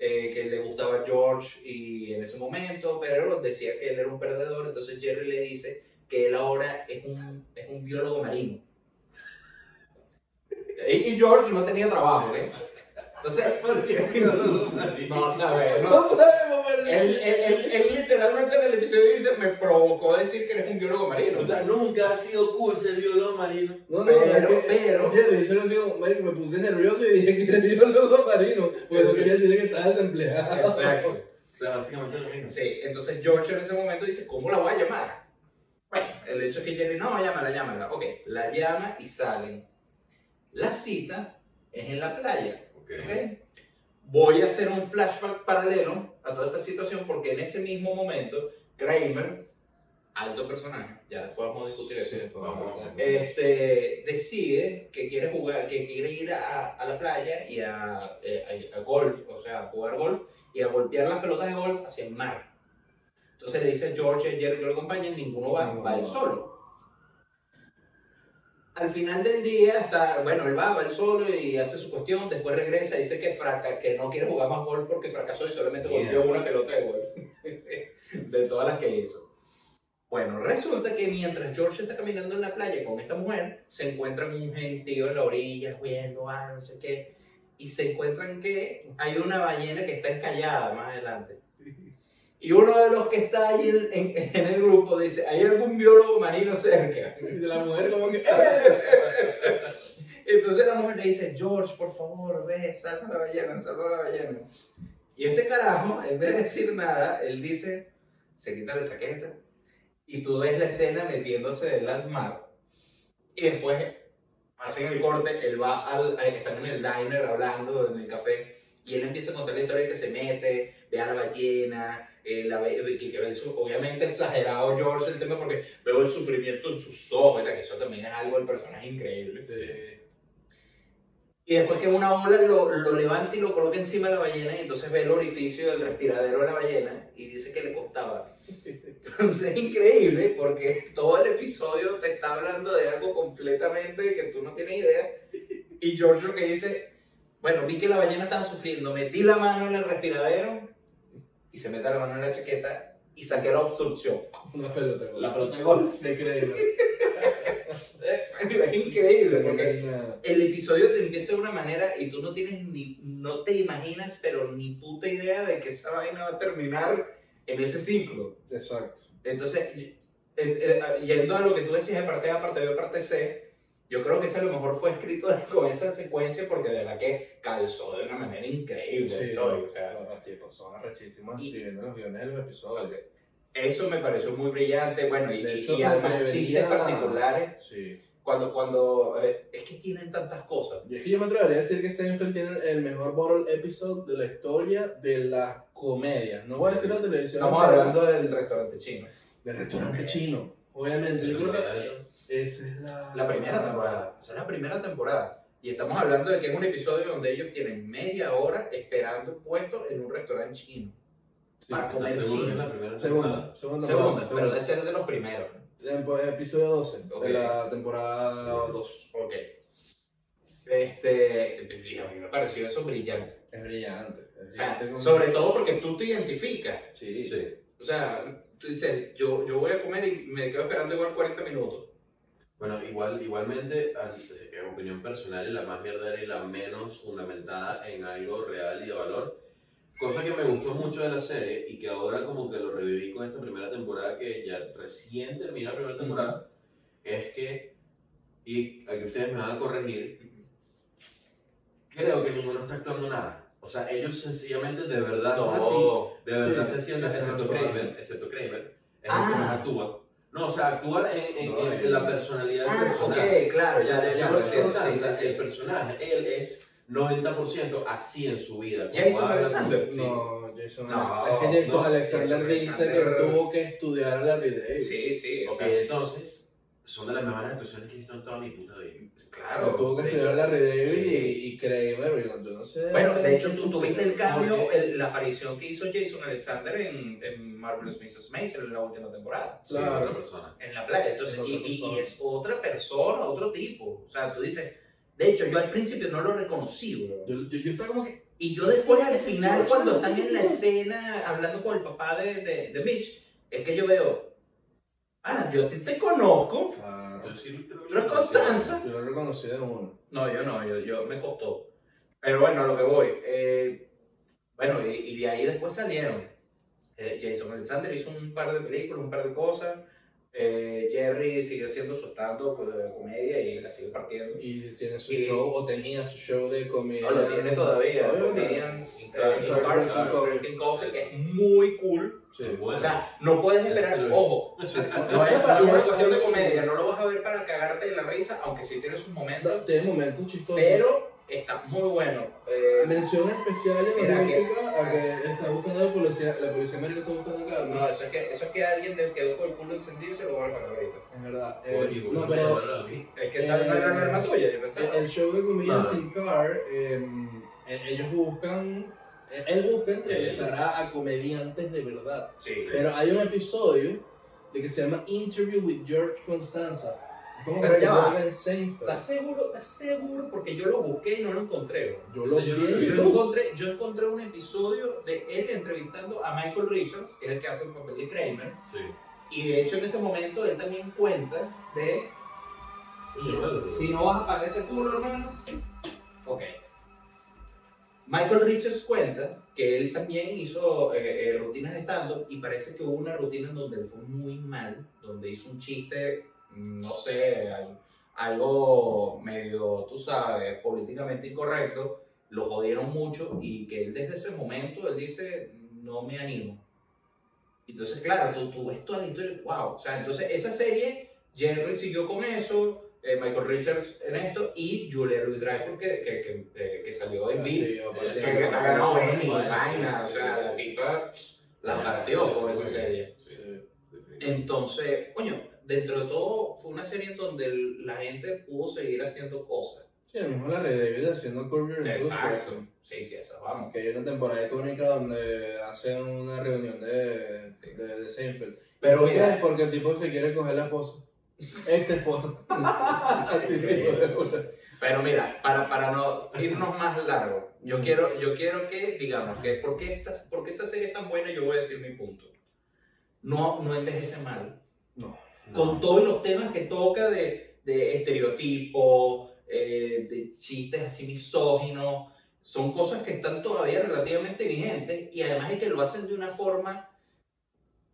[SPEAKER 3] eh, que le gustaba George y en ese momento, pero decía que él era un perdedor, entonces Jerry le dice que él ahora es un, es un biólogo marino. Y y George no tenía trabajo, ¿eh? Entonces, no sabe, no
[SPEAKER 2] No sabemos, pero-
[SPEAKER 3] él, él, él, él literalmente en el episodio dice, me provocó decir que eres un biólogo marino.
[SPEAKER 1] O sea, nunca ha sido cool ser biólogo marino.
[SPEAKER 2] No, no,
[SPEAKER 3] pero,
[SPEAKER 2] es que-
[SPEAKER 3] pero,
[SPEAKER 2] Jerry, se lo digo, marico, me puse nervioso y dije que era biólogo marino, porque no
[SPEAKER 3] Sí.
[SPEAKER 2] quería decirle que estaba desempleado.
[SPEAKER 3] exacto.
[SPEAKER 1] O sea, básicamente lo mismo.
[SPEAKER 3] Sí, entonces George en ese momento dice, ¿cómo la voy a llamar? Bueno, el hecho es que Jerry, no, llámala, llámala. Ok, la llama y salen. La cita es en la playa,
[SPEAKER 1] Ok.
[SPEAKER 3] ¿ok? Voy a hacer un flashback paralelo a toda esta situación porque en ese mismo momento, Kramer, alto personaje, ya después vamos a discutir eso,
[SPEAKER 2] Eh,
[SPEAKER 3] este, decide que quiere jugar, que quiere ir a, a la playa y a, eh, a- a golf, o sea, a jugar golf y a golpear las pelotas de golf hacia el mar. Entonces le dice a George y a Jerry que lo acompañen, ninguno va,
[SPEAKER 2] Ninguno
[SPEAKER 3] va él
[SPEAKER 2] va.
[SPEAKER 3] solo. Al final del día, está, bueno, él va, va él solo y hace su cuestión, después regresa y dice que, fraca, que no quiere jugar más golf porque fracasó y solamente
[SPEAKER 1] Mierda.
[SPEAKER 3] golpeó una pelota de golf, de todas las que hizo. Bueno, resulta que mientras George está caminando en la playa con esta mujer, se encuentran un gentío en la orilla, viendo, ah, no sé qué, y se encuentran que hay una ballena que está encallada más adelante. Y uno de los que está allí en, en- en el grupo dice, ¿hay algún biólogo marino cerca?
[SPEAKER 2] Y la mujer como que...
[SPEAKER 3] Entonces la mujer le dice, George, por favor, ve, salva la ballena, salva la ballena. Y este carajo, en vez de decir nada, él dice, se quita la chaqueta y tú ves la escena metiéndose del al mar. Y después hacen el corte, él va al, eh, están en el diner hablando en el café y él empieza a contar la historia de que se mete, ve a la ballena, eh, la ve- que, que ve el su- obviamente exagerado George el tema porque veo el sufrimiento en sus ojos, que eso también es algo del personaje increíble. Y después que una ola lo, lo levanta y lo coloca encima de la ballena y entonces ve el orificio del respiradero de la ballena y dice que le costaba. Entonces es increíble porque todo el episodio te está hablando de algo completamente que tú no tienes idea. Y George lo que dice, bueno, vi que la ballena estaba sufriendo, metí la mano en el respiradero y se mete la mano en la chaqueta y saqué la obstrucción.
[SPEAKER 2] Una pelota. güey.
[SPEAKER 3] La pelota de golf.
[SPEAKER 2] De creerlo.
[SPEAKER 3] Eh, Es increíble porque
[SPEAKER 2] nada.
[SPEAKER 3] el episodio te empieza de una manera y tú no tienes ni, no te imaginas, pero ni puta idea de que esa vaina va a terminar en ese ciclo.
[SPEAKER 2] Exacto.
[SPEAKER 3] Entonces, y- eh, eh, yendo a lo que tú decías de parte A, parte B, parte C, yo creo que ese a lo mejor fue escrito con esa secuencia porque de verdad que calzó de una manera increíble. la historia, o sea,
[SPEAKER 2] los tipos son arrechísimos
[SPEAKER 3] Y-
[SPEAKER 2] escribiendo los guiones de los
[SPEAKER 3] eso-
[SPEAKER 2] episodios.
[SPEAKER 3] eso me pareció muy brillante, bueno, y,
[SPEAKER 2] De
[SPEAKER 3] y-
[SPEAKER 2] hecho,
[SPEAKER 3] y además
[SPEAKER 2] me
[SPEAKER 3] chistes
[SPEAKER 2] venía-
[SPEAKER 3] particulares,
[SPEAKER 2] Sí.
[SPEAKER 3] cuando, cuando, eh, es que tienen tantas cosas.
[SPEAKER 2] Y es que yo me atrevería a decir que Seinfeld tiene el mejor bottle episode de la historia de las comedias. No voy a decir la televisión.
[SPEAKER 3] Estamos
[SPEAKER 2] pero-
[SPEAKER 3] hablando del restaurante chino.
[SPEAKER 2] Del restaurante chino. Obviamente, yo creo que esa es la...
[SPEAKER 3] La primera temporada. Esa es la primera temporada. Y estamos hablando de que es un episodio donde ellos tienen media hora esperando puestos en un restaurante chino.
[SPEAKER 2] Sí.
[SPEAKER 3] Para comer
[SPEAKER 1] Entonces, seguro que es
[SPEAKER 3] chino.
[SPEAKER 1] la primera
[SPEAKER 2] Ah, Segunda,
[SPEAKER 3] Segunda,
[SPEAKER 2] segunda, temporada,
[SPEAKER 3] pero debe ser de los primeros. ¿no?
[SPEAKER 2] Tempo- Episodio 12
[SPEAKER 3] Ok.
[SPEAKER 2] de la temporada 2.
[SPEAKER 3] Ok. Este, y a mí me pareció eso brillante.
[SPEAKER 2] Es brillante.
[SPEAKER 3] O sea, sobre todo porque tú te identificas.
[SPEAKER 2] Sí.
[SPEAKER 1] Sí.
[SPEAKER 3] O sea, tú dices, yo, yo voy a comer y me quedo esperando igual 40 minutos.
[SPEAKER 1] Bueno, igual, igualmente, a- en opinión personal, es la más mierdera y la menos fundamentada en algo real y de valor. Cosa que me gustó mucho de la serie y que ahora como que lo reviví con esta primera temporada que ya recién termina la primera temporada, es que, y aquí ustedes me van a corregir, creo que ninguno está actuando nada. O sea, ellos sencillamente de
[SPEAKER 3] Ah,
[SPEAKER 1] verdad son así. De verdad
[SPEAKER 2] Sí,
[SPEAKER 1] se sienta,
[SPEAKER 2] sí,
[SPEAKER 1] excepto
[SPEAKER 2] está actuando.
[SPEAKER 1] Kramer, excepto Kramer, es el
[SPEAKER 3] Ah.
[SPEAKER 1] que más actúa. No, o sea, actúa en, en-
[SPEAKER 2] No,
[SPEAKER 1] en-
[SPEAKER 2] eh.
[SPEAKER 1] en la personalidad del
[SPEAKER 3] Ah,
[SPEAKER 1] personaje.
[SPEAKER 3] ok, claro,
[SPEAKER 1] O sea,
[SPEAKER 3] ya, ya, ya
[SPEAKER 1] no
[SPEAKER 3] lo
[SPEAKER 1] es
[SPEAKER 3] entiendo.
[SPEAKER 1] importante,
[SPEAKER 3] Sí,
[SPEAKER 1] o sea,
[SPEAKER 3] sí,
[SPEAKER 1] El
[SPEAKER 3] sí.
[SPEAKER 1] personaje, él es 90% así en su vida. como
[SPEAKER 3] Jason
[SPEAKER 1] habla,
[SPEAKER 3] Alexander.
[SPEAKER 1] como- sí.
[SPEAKER 2] No, Jason
[SPEAKER 3] No,
[SPEAKER 2] Alexander. Es que Jason
[SPEAKER 1] no,
[SPEAKER 2] Alexander
[SPEAKER 3] Jason
[SPEAKER 2] dice
[SPEAKER 3] Alexander-
[SPEAKER 2] que tuvo que estudiar a Larry David.
[SPEAKER 3] Sí, sí. o
[SPEAKER 1] Ok,
[SPEAKER 3] sea,
[SPEAKER 1] entonces, son de las mejores actuaciones que he visto en toda mi puta vida.
[SPEAKER 3] claro.
[SPEAKER 2] tuvo que
[SPEAKER 3] de
[SPEAKER 2] estudiar a
[SPEAKER 3] hecho.
[SPEAKER 2] Larry David
[SPEAKER 3] sí.
[SPEAKER 2] y, y Kramer, digo, yo no sé.
[SPEAKER 3] Bueno, de hecho, tú,
[SPEAKER 2] Jason-
[SPEAKER 3] tú viste el cambio,
[SPEAKER 2] Eh, Porque-
[SPEAKER 3] el- la aparición que hizo Jason Alexander en, en Marvelous Mrs. Maisel en la última temporada,
[SPEAKER 1] Sí,
[SPEAKER 2] Claro.
[SPEAKER 1] otra persona.
[SPEAKER 3] en la playa. Entonces,
[SPEAKER 2] Es otra
[SPEAKER 3] y, y- y
[SPEAKER 2] persona.
[SPEAKER 3] es otra persona, otro tipo. O sea, tú dices, de hecho, yo al principio no lo reconocí, bro.
[SPEAKER 2] Yo, yo, yo estaba como que.
[SPEAKER 3] Y yo después al
[SPEAKER 2] Ese
[SPEAKER 3] final,
[SPEAKER 2] muchacho
[SPEAKER 3] cuando
[SPEAKER 2] no
[SPEAKER 3] están en la
[SPEAKER 2] hizo.
[SPEAKER 3] escena hablando con el papá de, de, de Mitch, es que yo veo, Ana, yo te, te conozco.
[SPEAKER 2] Claro.
[SPEAKER 1] Yo sí creo que
[SPEAKER 3] Pero
[SPEAKER 1] lo
[SPEAKER 3] es Constanza.
[SPEAKER 2] Yo lo reconocí de uno.
[SPEAKER 3] No, yo no, yo, yo me costó. Pero bueno, a lo que voy. eh, bueno, y, y de ahí después salieron. Eh, Jason Alexander hizo un par de películas, un par de cosas. Eh, Jerry sigue haciendo su stand-up eh, comedia y la sigue partiendo.
[SPEAKER 2] Y tiene su
[SPEAKER 3] Y-
[SPEAKER 2] show, o tenía su show de
[SPEAKER 3] No
[SPEAKER 2] comedia.
[SPEAKER 3] lo tiene todavía.
[SPEAKER 2] Obvio,
[SPEAKER 3] Comedians, eh,
[SPEAKER 1] Claro,
[SPEAKER 3] in
[SPEAKER 2] claro,
[SPEAKER 3] Cars,
[SPEAKER 2] claro,
[SPEAKER 3] in
[SPEAKER 2] claro.
[SPEAKER 3] Drinking Coffee, que es muy cool.
[SPEAKER 2] Sí.
[SPEAKER 1] Muy
[SPEAKER 3] O
[SPEAKER 1] bueno.
[SPEAKER 3] sea, no puedes
[SPEAKER 1] Eso
[SPEAKER 3] esperar,
[SPEAKER 1] es.
[SPEAKER 3] ojo, no es, no es una cuestión de comedia, no lo vas a ver para cagarte de la risa, aunque sí tiene sus momentos,
[SPEAKER 2] Tiene momentos chistosos.
[SPEAKER 3] pero está muy bueno. Eh,
[SPEAKER 2] Mención especial y
[SPEAKER 3] Era
[SPEAKER 2] honorífica a que está buscando la policía, la policía médica está buscando a Carmen.
[SPEAKER 3] no, eso es que, eso es que alguien del que quedó con el culo encendido y se lo va a ganar ahorita.
[SPEAKER 2] Es verdad. Eh,
[SPEAKER 1] Oye,
[SPEAKER 2] no,
[SPEAKER 1] bueno,
[SPEAKER 2] pero
[SPEAKER 1] bueno, a mí.
[SPEAKER 3] Es que esa no era la arma tuya, yo
[SPEAKER 2] el,
[SPEAKER 3] pensaba.
[SPEAKER 2] Eh, el show de Comedians
[SPEAKER 1] Ah.
[SPEAKER 2] in Car, em, e- ellos buscan, e- él busca entrevistar a, a comediantes de verdad.
[SPEAKER 3] Sí.
[SPEAKER 2] Pero hay un episodio de que se llama Interview with George Constanza. Es como que
[SPEAKER 3] Pero
[SPEAKER 2] se
[SPEAKER 3] ya va.
[SPEAKER 2] llama en Seinfeld.
[SPEAKER 3] ¿Estás seguro? ¿Estás seguro? Porque yo lo busqué y no lo encontré. bro.
[SPEAKER 2] Yo
[SPEAKER 1] Ese
[SPEAKER 2] lo
[SPEAKER 1] yo
[SPEAKER 2] vi
[SPEAKER 1] no lo
[SPEAKER 2] en
[SPEAKER 1] vi.
[SPEAKER 3] Yo lo
[SPEAKER 2] YouTube.
[SPEAKER 3] encontré, yo encontré un episodio de él entrevistando a Michael Richards, que es el que hace el papel de Kramer,
[SPEAKER 1] Sí.
[SPEAKER 3] y de hecho en ese momento él también cuenta de
[SPEAKER 1] Oye, bueno,
[SPEAKER 3] Si no vas a pagar ese culo, hermano. Ok. Michael Richards cuenta que él también hizo eh, eh, rutinas de stand-up y parece que hubo una rutina en donde le fue muy mal, donde hizo un chiste, mm, no sé, al- algo medio, tú sabes, políticamente incorrecto, lo jodieron mucho y que él desde ese momento, él dice, no me animo. Entonces, claro, tú, tú ves toda la historia, wow. O sea, entonces esa serie, Jerry siguió con eso, eh, Michael Richards en esto y Julia Louis Dreyfus que, que, que, eh, que salió en
[SPEAKER 2] Ah, Sí,
[SPEAKER 3] Beat.
[SPEAKER 2] aparte-
[SPEAKER 1] O
[SPEAKER 3] Sí,
[SPEAKER 1] sea,
[SPEAKER 3] que ha ganado
[SPEAKER 1] bueno,
[SPEAKER 3] Emmy,
[SPEAKER 1] bueno,
[SPEAKER 3] vaina,
[SPEAKER 1] sí,
[SPEAKER 3] o sea,
[SPEAKER 1] sí,
[SPEAKER 3] la
[SPEAKER 1] sí.
[SPEAKER 3] tipa la
[SPEAKER 1] Ah,
[SPEAKER 3] partió con esa
[SPEAKER 1] muy bien.
[SPEAKER 3] serie. Eh,
[SPEAKER 1] Sí, definitivamente.
[SPEAKER 3] Entonces, coño, dentro de todo fue una serie en donde el- la gente pudo seguir haciendo cosas.
[SPEAKER 2] Sí, el mismo Larry David haciendo Curb Your Enthusiasm.
[SPEAKER 3] Sí, sí, eso, vamos.
[SPEAKER 2] que hay una temporada icónica donde hacen una reunión de,
[SPEAKER 3] Sí.
[SPEAKER 2] de, de Seinfeld. Pero ¿qué
[SPEAKER 3] Mira.
[SPEAKER 2] es? Porque el tipo se quiere coger la esposa. Ex esposa. Así
[SPEAKER 3] Increíble.
[SPEAKER 2] tipo de-
[SPEAKER 3] Pero mira, para, para no irnos más largo, yo quiero, yo quiero que digamos que por qué, esta, por qué esta serie es tan buena, yo voy a decir mi punto. No, no envejece mal. Con todos los temas que toca de, de estereotipos, eh, de chistes así misóginos, son cosas que están todavía relativamente vigentes y además es que lo hacen de una forma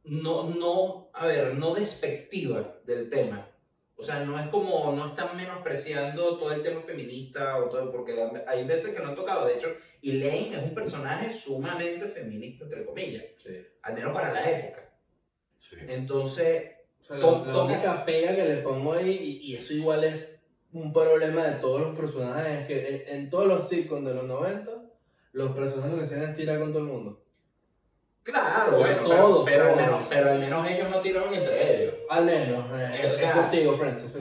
[SPEAKER 3] no, no, a ver, no despectiva del tema. O sea, no es como, no están menospreciando todo el tema feminista o todo, porque hay veces que lo han tocado. De hecho, Elaine es un personaje sumamente feminista, entre comillas,
[SPEAKER 2] Sí.
[SPEAKER 3] al menos para la época.
[SPEAKER 1] Sí.
[SPEAKER 3] Entonces,
[SPEAKER 2] O sea, la,
[SPEAKER 3] Tom-
[SPEAKER 2] la
[SPEAKER 3] Tom-
[SPEAKER 2] única pega que le pongo ahí, y, y eso igual es un problema de todos los personajes, es que en, en todos los sitcoms de los 90, los personajes lo que hacían es tirar con todo el mundo.
[SPEAKER 3] claro, bueno, pero,
[SPEAKER 2] Todos,
[SPEAKER 3] pero, al
[SPEAKER 2] todos.
[SPEAKER 3] menos, pero al menos ellos no tiraron entre ellos.
[SPEAKER 2] Al menos, eh,
[SPEAKER 3] Eh, o
[SPEAKER 2] es
[SPEAKER 3] sea-
[SPEAKER 2] contigo, Francis.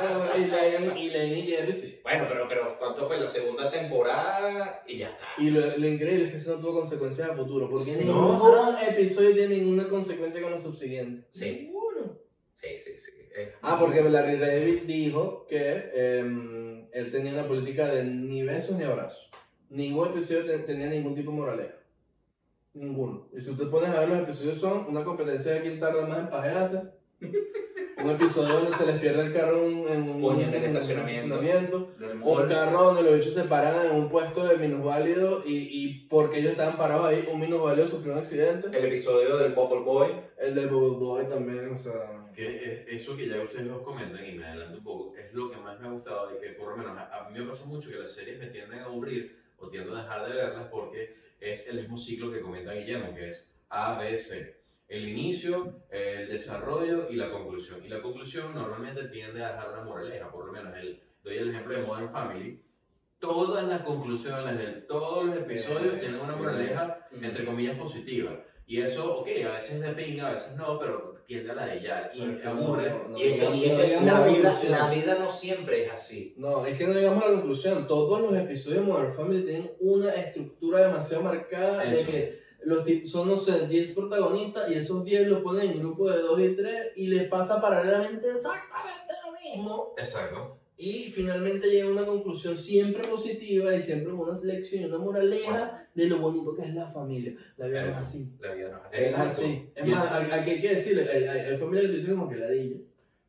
[SPEAKER 2] Bueno, y Lane y, Lane y Jerry sí.
[SPEAKER 3] Bueno, pero, pero ¿cuánto fue la segunda temporada? Y ya está.
[SPEAKER 2] Y lo, lo increíble es que eso no tuvo consecuencias a futuro, porque
[SPEAKER 3] Sí.
[SPEAKER 2] ningún episodio tiene ninguna consecuencia con los subsiguientes.
[SPEAKER 3] Sí.
[SPEAKER 2] Ninguno.
[SPEAKER 3] Sí, sí, sí. eh.
[SPEAKER 2] Ah, porque Larry David dijo que em, él tenía una política de ni besos ni abrazos. Ningún episodio te- tenía ningún tipo de moraleja. Ninguno. Y si tú te pones a ver, los episodios son una competencia de quién tarda más en pajearse. Un episodio donde se les pierde el carro en, un- en un-
[SPEAKER 3] Coño, en el
[SPEAKER 2] en un
[SPEAKER 3] estacionamiento.
[SPEAKER 2] estacionamiento.
[SPEAKER 3] Del
[SPEAKER 2] Un
[SPEAKER 3] mall.
[SPEAKER 2] carro donde los bichos se paran en un puesto de minusválido y, y porque ellos estaban parados ahí, un minusválido sufrió un accidente.
[SPEAKER 3] El episodio del Bubble Boy.
[SPEAKER 2] El de Bobo Boy también, o sea.
[SPEAKER 1] Que eh, eso que ya ustedes dos comentan y me adelanto un poco, es lo que más me ha gustado de que por lo menos a, a mí me pasa mucho que las series me tienden a aburrir o tiendo a dejar de verlas porque es el mismo ciclo que comenta Guillermo, que es A, B, C. El inicio, el desarrollo y la conclusión. Y la conclusión normalmente tiende a dejar una moraleja, por lo menos el, doy el ejemplo de Modern Family, todas las conclusiones de todos los episodios
[SPEAKER 3] Bien,
[SPEAKER 1] tienen una
[SPEAKER 3] bien.
[SPEAKER 1] moraleja, entre comillas, positiva. Y eso, ok, a veces es de pinga, a veces no, pero tiende a ladillar y
[SPEAKER 2] Porque
[SPEAKER 1] aburre.
[SPEAKER 2] no- no
[SPEAKER 3] Y es que-
[SPEAKER 2] llegamos-
[SPEAKER 3] y es
[SPEAKER 2] no
[SPEAKER 3] que
[SPEAKER 2] llegamos a
[SPEAKER 3] la,
[SPEAKER 2] la
[SPEAKER 3] vida,
[SPEAKER 2] conclusión.
[SPEAKER 3] la vida no siempre es así.
[SPEAKER 2] No, es que no llegamos a la conclusión. Todos los episodios de Modern Family tienen una estructura demasiado marcada de
[SPEAKER 1] Eso.
[SPEAKER 2] que los tip- son, no sé, 10 protagonistas y esos 10 los ponen en grupo de 2 y 3 y les pasa paralelamente exactamente lo mismo.
[SPEAKER 1] Exacto.
[SPEAKER 2] Y finalmente llega a una conclusión siempre positiva y siempre con una selección y una moraleja de lo bonito que es la familia. La vida no es
[SPEAKER 1] Eso.
[SPEAKER 2] así.
[SPEAKER 1] La vida no es así.
[SPEAKER 2] Es
[SPEAKER 1] Exacto.
[SPEAKER 2] así. Es
[SPEAKER 1] Y
[SPEAKER 2] más,
[SPEAKER 1] eso-
[SPEAKER 2] a- aquí hay que decirle, hay, hay- hay familias que dicen como que la dilla.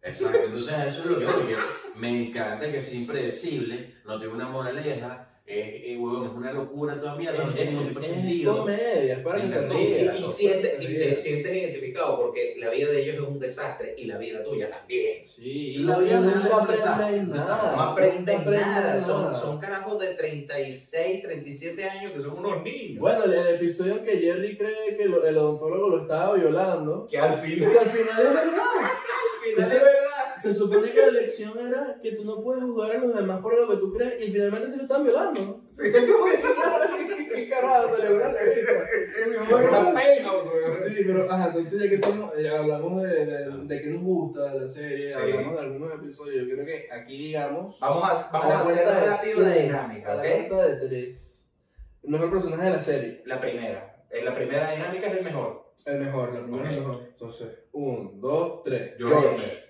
[SPEAKER 1] Exacto, entonces eso es lo que yo quiero. Me encanta que es impredecible, no tiene una moraleja, es, es, huevón, es una locura toda mierda,
[SPEAKER 2] Eh,
[SPEAKER 1] no tiene ningún tipo de sentido.
[SPEAKER 2] comedia, es para
[SPEAKER 1] Me
[SPEAKER 2] que te
[SPEAKER 1] encantó.
[SPEAKER 3] Y,
[SPEAKER 2] rías.
[SPEAKER 3] y
[SPEAKER 1] Claro.
[SPEAKER 3] siente- y te
[SPEAKER 2] Ríe.
[SPEAKER 3] sientes identificado porque la vida de ellos es un desastre y la vida tuya también.
[SPEAKER 2] Sí,
[SPEAKER 1] La vida
[SPEAKER 2] no-
[SPEAKER 1] no es
[SPEAKER 2] nunca
[SPEAKER 1] empresa-
[SPEAKER 2] aprenden
[SPEAKER 1] empresa,
[SPEAKER 2] nada.
[SPEAKER 3] No
[SPEAKER 1] no
[SPEAKER 3] aprenden
[SPEAKER 2] nunca
[SPEAKER 3] nada. Son,
[SPEAKER 2] Ah, nada.
[SPEAKER 3] son carajos de 36, 37 años que son unos niños.
[SPEAKER 2] Bueno, el, el episodio en que Jerry cree que lo- el odontólogo lo estaba violando,
[SPEAKER 4] Que al
[SPEAKER 2] que
[SPEAKER 4] final.
[SPEAKER 2] al final es verdad.
[SPEAKER 3] Al final,
[SPEAKER 2] entonces-
[SPEAKER 3] es verdad.
[SPEAKER 2] Se supone que la lección era que tú no puedes jugar a los demás por lo que tú crees y finalmente se lo están violando.
[SPEAKER 4] Sí.
[SPEAKER 2] ¿Qué carajo celebrar
[SPEAKER 4] Una pena, güey.
[SPEAKER 2] Sí, pero ajá, entonces ya que estamos, eh, hablamos de, de, de qué nos gusta de la serie,
[SPEAKER 3] Sí.
[SPEAKER 2] hablamos de algunos episodios, yo creo que aquí digamos...
[SPEAKER 3] Vamos a, vamos a
[SPEAKER 2] la
[SPEAKER 3] hacer
[SPEAKER 2] cuenta de
[SPEAKER 3] rápido la
[SPEAKER 2] tres,
[SPEAKER 3] dinámica,
[SPEAKER 2] a la
[SPEAKER 3] ¿ok?
[SPEAKER 2] cuenta de tres. El mejor personaje de la serie.
[SPEAKER 3] La primera. Eh, La primera dinámica es el mejor.
[SPEAKER 2] El mejor, la primera es el mejor. Entonces, un, dos, tres.
[SPEAKER 1] George.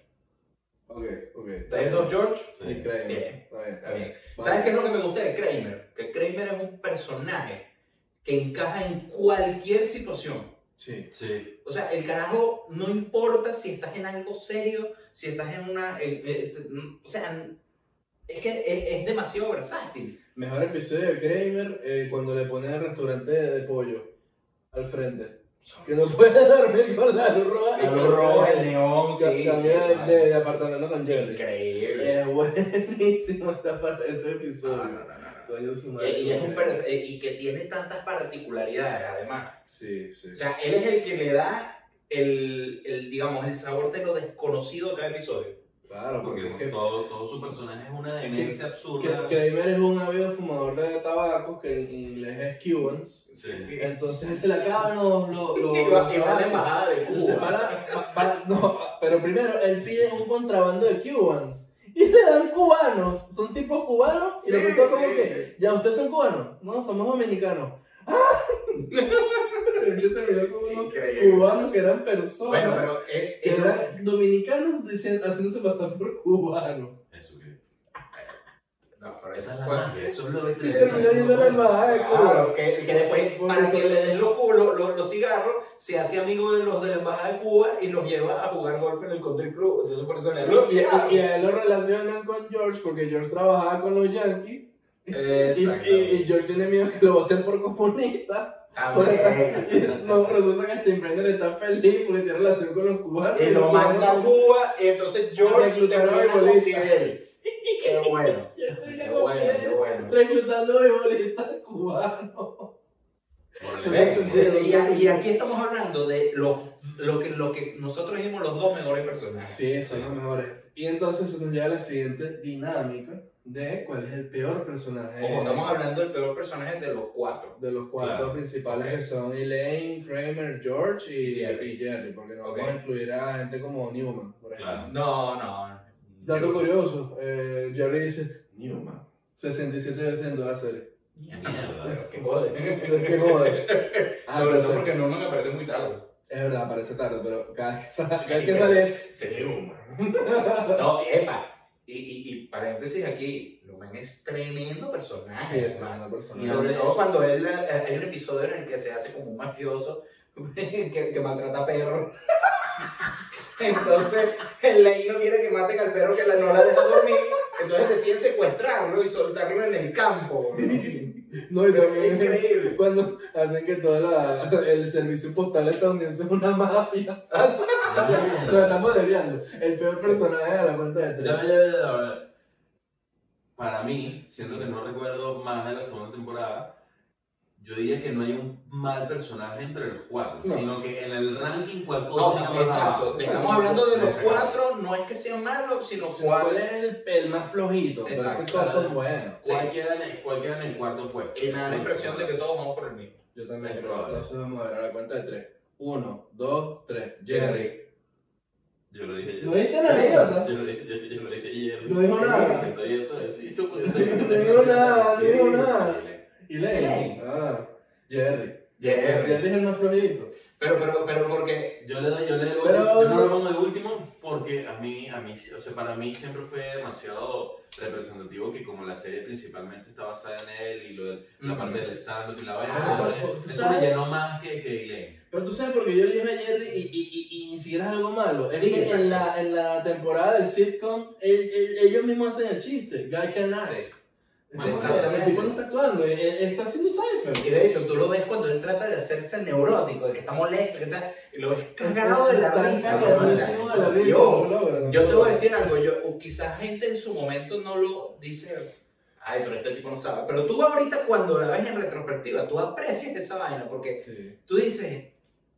[SPEAKER 2] Ok, ok.
[SPEAKER 3] ¿Ustedes dos, George?
[SPEAKER 2] Y
[SPEAKER 1] Sí.
[SPEAKER 2] Kramer.
[SPEAKER 3] Bien.
[SPEAKER 2] Está bien,
[SPEAKER 3] Está bien.
[SPEAKER 2] Vale.
[SPEAKER 3] ¿Sabes qué es lo que me gusta de Kramer? Que Kramer es un personaje que encaja en cualquier situación.
[SPEAKER 2] Sí.
[SPEAKER 1] Sí,
[SPEAKER 3] O sea, el carajo no importa si estás en algo serio, si estás en una... en- en- en- o sea, es que es, es demasiado versátil.
[SPEAKER 2] Mejor episodio de Kramer eh, cuando le ponen el restaurante de, de pollo al frente. Que no puede dormir con la luz roja. y
[SPEAKER 3] Los
[SPEAKER 2] cambia-
[SPEAKER 3] rojos, el neón,
[SPEAKER 2] ca-
[SPEAKER 3] sí, sí,
[SPEAKER 2] cambia de-
[SPEAKER 3] vale.
[SPEAKER 2] de, de apartamento con Jerry.
[SPEAKER 3] Increíble.
[SPEAKER 2] Es buenísimo esa parte- ese
[SPEAKER 3] No, no,
[SPEAKER 2] episodio.
[SPEAKER 3] no, no, no.
[SPEAKER 2] Coño, su
[SPEAKER 3] Y,
[SPEAKER 2] madre.
[SPEAKER 3] y es un perso- eh, y que tiene tantas particularidades, además.
[SPEAKER 2] Sí, sí.
[SPEAKER 3] O sea, él es el que le da el, el, digamos, el sabor de lo desconocido a cada episodio.
[SPEAKER 2] Claro, porque
[SPEAKER 1] porque
[SPEAKER 2] es que
[SPEAKER 1] todo, todo su personaje es una
[SPEAKER 2] que-
[SPEAKER 1] demencia
[SPEAKER 2] Kra-
[SPEAKER 1] absurda.
[SPEAKER 2] Kramer es un ávido fumador de tabaco que en inglés es Cubans.
[SPEAKER 1] Sí.
[SPEAKER 2] Entonces él se le acaban los. los, los-
[SPEAKER 4] Y va- y va a la
[SPEAKER 2] los-
[SPEAKER 4] embajada de
[SPEAKER 2] Entonces
[SPEAKER 4] Cuba.
[SPEAKER 2] para, pa- pa- no, pero primero él pide un contrabando de cubans y le dan cubanos, son tipos cubanos y
[SPEAKER 4] Sí,
[SPEAKER 2] le preguntan como
[SPEAKER 4] sí,
[SPEAKER 2] que, ya ustedes son cubanos, no, somos dominicanos. ¡Ah! Pero yo terminé con unos
[SPEAKER 3] Increíble.
[SPEAKER 2] cubanos que eran personas,
[SPEAKER 3] Bueno, pero eh,
[SPEAKER 2] que
[SPEAKER 3] eh,
[SPEAKER 2] eran dominicanos diciendo, haciéndose pasar por cubanos.
[SPEAKER 1] Jesucristo.
[SPEAKER 3] no, pero
[SPEAKER 1] Esa es la
[SPEAKER 3] fue-
[SPEAKER 1] magia, eso es lo que
[SPEAKER 2] Y
[SPEAKER 1] te
[SPEAKER 2] terminó yendo a la embajada de Cuba.
[SPEAKER 3] Claro, que, que después,
[SPEAKER 2] Porque
[SPEAKER 3] para
[SPEAKER 2] son-
[SPEAKER 3] que le den los, cu- lo- lo- los cigarros, se hace amigo de los de la Embajada de Cuba y los lleva a jugar golf en el Country Club. Entonces, por eso le dan los
[SPEAKER 2] Y, a-
[SPEAKER 3] cigarros.
[SPEAKER 2] y a él lo relacionan con George porque George trabajaba con los yankees. Y, y- y
[SPEAKER 3] Exactamente.
[SPEAKER 2] George tiene miedo que lo voten por comunista.
[SPEAKER 3] También.
[SPEAKER 2] Y no, resulta que este emprendedor está feliz porque tiene relación con los cubanos.
[SPEAKER 3] Y
[SPEAKER 2] los
[SPEAKER 3] lo
[SPEAKER 2] cubanos-
[SPEAKER 3] manda a Cuba, y entonces George
[SPEAKER 2] Reclutaron
[SPEAKER 3] termina
[SPEAKER 2] de
[SPEAKER 3] con
[SPEAKER 2] bolita.
[SPEAKER 3] Fidel. Qué bueno.
[SPEAKER 2] Y este
[SPEAKER 3] Qué
[SPEAKER 2] viejo
[SPEAKER 3] Ah, bueno, qué
[SPEAKER 2] Fidel
[SPEAKER 3] bueno.
[SPEAKER 2] Reclutando de boletas cubanos.
[SPEAKER 1] Moraleja.
[SPEAKER 3] ¿Ves? Y, a- y aquí estamos hablando de lo, lo, que, lo que nosotros dijimos los dos mejores personajes.
[SPEAKER 2] Sí, son los mejores. Y entonces se nos lleva a la siguiente dinámica de cuál es el peor personaje
[SPEAKER 3] Ojo, estamos hablando del peor personaje de los cuatro.
[SPEAKER 2] de los cuatro
[SPEAKER 1] Claro.
[SPEAKER 2] principales que son Elaine, Kramer, George y y Jerry,
[SPEAKER 3] Jerry.
[SPEAKER 2] porque no
[SPEAKER 3] Ok.
[SPEAKER 2] vamos a incluir a gente como Newman, por ejemplo.
[SPEAKER 1] Claro.
[SPEAKER 3] No, no.
[SPEAKER 2] Dato curioso, eh, Jerry dice Newman 67 veces en toda la serie.
[SPEAKER 1] Mierda.
[SPEAKER 3] Qué joder.
[SPEAKER 2] Es que joder. Ah,
[SPEAKER 3] Sobre todo
[SPEAKER 2] entonces,
[SPEAKER 3] porque Norman aparece muy tarde.
[SPEAKER 2] Es verdad, parece tarde, pero cada que sale, cada que sale
[SPEAKER 3] No, epa. Y, y, y paréntesis aquí, Norman es tremendo personaje.
[SPEAKER 2] sí, es
[SPEAKER 3] hermano.
[SPEAKER 2] una
[SPEAKER 3] Y
[SPEAKER 2] persona.
[SPEAKER 3] sobre todo cuando él, eh, hay un episodio en el que se hace como un mafioso que, que maltrata a perros. Entonces, el ley no quiere que maten al perro que la, no la deja dormir. Entonces deciden secuestrarlo y soltarlo en el campo. ¿no?
[SPEAKER 2] No,
[SPEAKER 3] Es
[SPEAKER 2] y también
[SPEAKER 3] increíble.
[SPEAKER 2] cuando hacen que todo el servicio postal estadounidense es una mafia. Lo estamos desviando. El peor personaje a la cuenta de
[SPEAKER 1] Ya,
[SPEAKER 2] tres.
[SPEAKER 1] ya, ya, ya, ya. Para mí, siento que no recuerdo más de la segunda temporada, yo diría que no hay un mal personaje entre los cuatro,
[SPEAKER 2] No.
[SPEAKER 1] sino que en el ranking, ¿cuál
[SPEAKER 3] No,
[SPEAKER 1] podría
[SPEAKER 3] no,
[SPEAKER 1] más
[SPEAKER 3] exacto.
[SPEAKER 1] abajo?
[SPEAKER 3] Estamos hablando de los
[SPEAKER 1] Exacto.
[SPEAKER 3] cuatro, no es que sean malos, sino
[SPEAKER 2] O sea, ¿Cuál
[SPEAKER 3] cuatro.
[SPEAKER 2] es el, el más flojito? Pero es
[SPEAKER 3] Exacto.
[SPEAKER 2] que todos son buenos.
[SPEAKER 1] ¿Cuál queda en el, cuál queda en el cuarto puesto?
[SPEAKER 3] Y me da la impresión de que todos vamos por el mismo.
[SPEAKER 2] Yo también
[SPEAKER 1] Es
[SPEAKER 2] creo.
[SPEAKER 1] probable.
[SPEAKER 2] Entonces vamos a ver a la cuenta de tres. Uno, dos, tres. Jerry.
[SPEAKER 1] Yo lo dije
[SPEAKER 2] ¿No
[SPEAKER 1] yo.
[SPEAKER 2] viste la idiota?
[SPEAKER 1] Yo lo dije, yo, yo lo dije ayer.
[SPEAKER 2] No dijo nada.
[SPEAKER 1] No dijo suavecito, puede ser.
[SPEAKER 2] No dijo nada, no dijo nada. ¿Y Lane?
[SPEAKER 3] Lane.
[SPEAKER 2] Ah, Jerry.
[SPEAKER 3] Jerry.
[SPEAKER 2] Jerry es el más flojito.
[SPEAKER 3] Pero, pero, pero porque.
[SPEAKER 1] Yo le doy, yo le doy,
[SPEAKER 2] Pero-
[SPEAKER 1] yo no lo pongo de último porque a mí, a mí, o sea, para mí siempre fue demasiado representativo que como la serie principalmente está basada en él y lo del- la parte del stand y la vaina,
[SPEAKER 2] Ah,
[SPEAKER 1] eso me-
[SPEAKER 2] pero tú
[SPEAKER 1] eso
[SPEAKER 2] sabes-
[SPEAKER 1] me llenó más que, que Elaine.
[SPEAKER 2] Pero tú sabes por qué yo le dije a Jerry y, y, y, y ni siquiera es algo malo. Es
[SPEAKER 3] Sí,
[SPEAKER 2] que
[SPEAKER 3] exacto.
[SPEAKER 2] en la, en la temporada del sitcom, el- el- ellos mismos hacen el chiste. Guy can act.
[SPEAKER 3] Sí.
[SPEAKER 2] Bueno,
[SPEAKER 3] Exactamente.
[SPEAKER 2] El tipo no está actuando, él- él está haciendo cipher.
[SPEAKER 3] Y de hecho, tú lo ves cuando él trata de hacerse neurótico, de que está molesto, que está. Y lo ves cagado de la
[SPEAKER 2] Está
[SPEAKER 3] risa. ¿no? O sea,
[SPEAKER 2] cagadísimo de la risa,
[SPEAKER 3] yo-
[SPEAKER 2] no logra.
[SPEAKER 3] Yo te voy a decir algo, yo, o quizás gente en su momento no lo dice, ay, pero este tipo no sabe. Pero tú ahorita cuando la ves en retrospectiva, tú aprecias esa vaina, porque
[SPEAKER 2] Sí.
[SPEAKER 3] tú dices,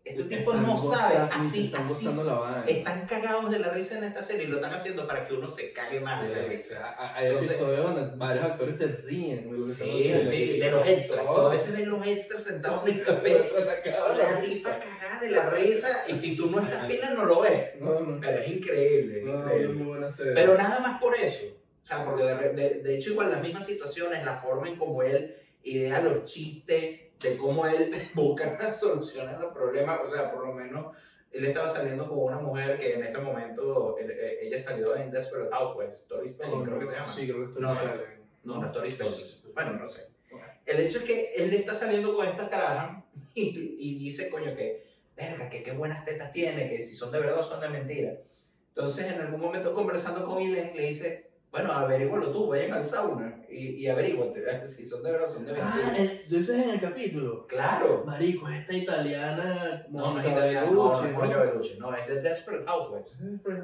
[SPEAKER 3] este tipo
[SPEAKER 2] Están
[SPEAKER 3] no
[SPEAKER 2] goza-
[SPEAKER 3] sabe,
[SPEAKER 2] están
[SPEAKER 3] así, así. Este
[SPEAKER 2] gozando la vaina.
[SPEAKER 3] Están cagados de la risa en esta serie y lo están haciendo para que uno se cague más
[SPEAKER 2] Sí,
[SPEAKER 3] de la
[SPEAKER 2] o
[SPEAKER 3] risa. Ah,
[SPEAKER 2] sea, a- Hay
[SPEAKER 3] Entonces-
[SPEAKER 2] episodios donde varios actores se ríen. de lo que están
[SPEAKER 3] Sí,
[SPEAKER 2] haciendo.
[SPEAKER 3] sí, de los extras.
[SPEAKER 2] No,
[SPEAKER 3] Tú A veces ves los extras sentados en el café, la tipa cagada de la risa, y si tú no estás pila no lo ves.
[SPEAKER 2] No, no.
[SPEAKER 3] Pero es increíble, es
[SPEAKER 2] No, no
[SPEAKER 3] increíble.
[SPEAKER 2] es muy buena serie.
[SPEAKER 3] Pero nada más por eso. O sea, porque de, re- de- de hecho igual las mismas situaciones, la forma en cómo él idea los chistes, de cómo él busca soluciones a los problemas, o sea, por lo menos él estaba saliendo con una mujer que en este momento, él- eh, ella salió en Desperate Housewives, Story Spelling,
[SPEAKER 2] Oh,
[SPEAKER 3] creo que
[SPEAKER 2] no,
[SPEAKER 3] se llama.
[SPEAKER 2] Sí, creo que eh. esto
[SPEAKER 3] No,
[SPEAKER 2] no,
[SPEAKER 3] no.
[SPEAKER 2] sale.
[SPEAKER 3] No, no Story Spelling. Bueno, no sé.
[SPEAKER 2] Ok.
[SPEAKER 3] El hecho es que él está saliendo con esta caraja y, y dice, coño, que, verga, que qué buenas tetas tiene, que si son de verdad o son de mentira. Entonces, en algún momento conversando con Ilen, le dice, bueno, averígualo tú, vayan al sauna y, y averíguate ¿verdad? si son de verdad o son de mentira.
[SPEAKER 2] Ah, el- tú dices en el capítulo.
[SPEAKER 3] claro.
[SPEAKER 2] Marico, es esta italiana.
[SPEAKER 3] No, no es
[SPEAKER 2] Monica
[SPEAKER 3] italiano, no, no
[SPEAKER 2] Bellucci,
[SPEAKER 3] es Monica Bellucci, no, es de Desperate Housewives.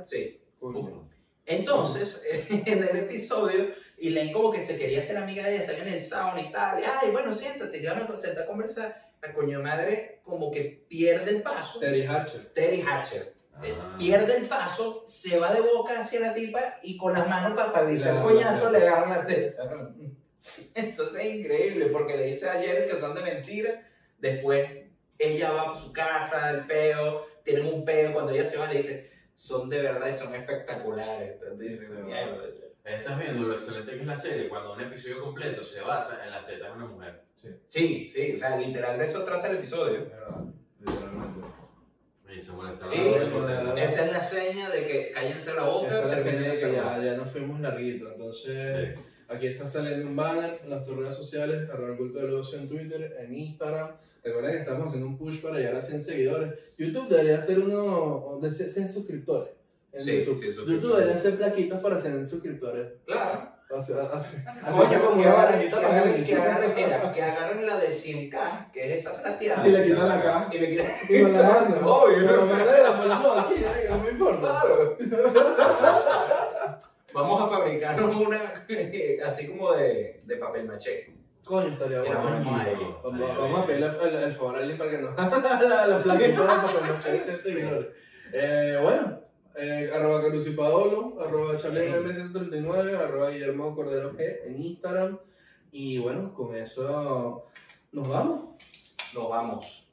[SPEAKER 3] Sí.
[SPEAKER 2] Coño.
[SPEAKER 3] Entonces, en el episodio, Elaine como que se quería hacer amiga de ella, estaban en el sauna y tal. y, Ay, bueno, siéntate, ya van a sentar a conversar. La coño madre como que pierde el paso.
[SPEAKER 2] Terry Hatcher.
[SPEAKER 3] Terry Hatcher. eh,
[SPEAKER 1] Ah.
[SPEAKER 3] Pierde el paso, se va de boca hacia la tipa y con las manos para evitar
[SPEAKER 2] Le
[SPEAKER 3] el
[SPEAKER 2] agarra
[SPEAKER 3] coñazo
[SPEAKER 2] la
[SPEAKER 3] le agarran la teta. Entonces es increíble, porque le dice ayer que son de mentira. Después ella va a su casa, el peo, tienen un peo. Cuando ella se va, le dice, son de verdad y son espectaculares. Entonces dice,
[SPEAKER 2] Sí,
[SPEAKER 3] "Mierda".
[SPEAKER 1] Estás viendo lo excelente que es la serie cuando un episodio completo se basa en las tetas de una mujer.
[SPEAKER 3] Sí, sí, o sea, literal de eso trata el episodio.
[SPEAKER 2] Es verdad, literalmente.
[SPEAKER 1] Y se
[SPEAKER 2] Ah,
[SPEAKER 1] molestaron
[SPEAKER 2] Eh,
[SPEAKER 3] Sí,
[SPEAKER 1] ahora por tetas.
[SPEAKER 3] Esa es la seña de que cállense la boca.
[SPEAKER 2] Oh, Esa es la
[SPEAKER 3] terminen
[SPEAKER 2] señal de
[SPEAKER 3] de
[SPEAKER 2] que
[SPEAKER 3] hablar.
[SPEAKER 2] ya, ya nos fuimos larguito. Entonces,
[SPEAKER 1] Sí.
[SPEAKER 2] aquí está saliendo un banner en nuestras redes sociales, arroba el culto del ocio en Twitter, en Instagram. Recuerden que estamos haciendo un push para llegar a 100 seguidores. YouTube debería ser uno de 100 100 suscriptores. En
[SPEAKER 3] Sí,
[SPEAKER 2] YouTube.
[SPEAKER 3] sí, suscriptores.
[SPEAKER 2] YouTube debería ser plaquitas para 100 suscriptores.
[SPEAKER 3] Claro.
[SPEAKER 2] Así, así, así
[SPEAKER 3] Coño,
[SPEAKER 2] sea como
[SPEAKER 3] que
[SPEAKER 2] una
[SPEAKER 3] agarren- que
[SPEAKER 2] barajita para
[SPEAKER 3] agarren- que agarren- mira, que agarren la de 100K, que es esa plateada.
[SPEAKER 2] Y le quitan la K.
[SPEAKER 3] Y le quitan
[SPEAKER 2] Y nos la mandan.
[SPEAKER 3] Obvio.
[SPEAKER 2] Nos la mandan y la ponemos aquí, ¿eh? no me importa.
[SPEAKER 3] Claro. Vamos a fabricarnos una así como de, de papel maché.
[SPEAKER 2] Coño, estaría
[SPEAKER 3] Era
[SPEAKER 2] bueno.
[SPEAKER 3] bueno.
[SPEAKER 2] Vamos, vamos a pedirle el, el favor a alguien para que nos la, la plaquita para que nos eche ese seguidor. Eh, bueno, eh, arroba Caruso y Paolo, arroba Charlene M139, arroba Guillermo Cordero G en Instagram. Y bueno, con eso nos vamos.
[SPEAKER 3] Nos vamos.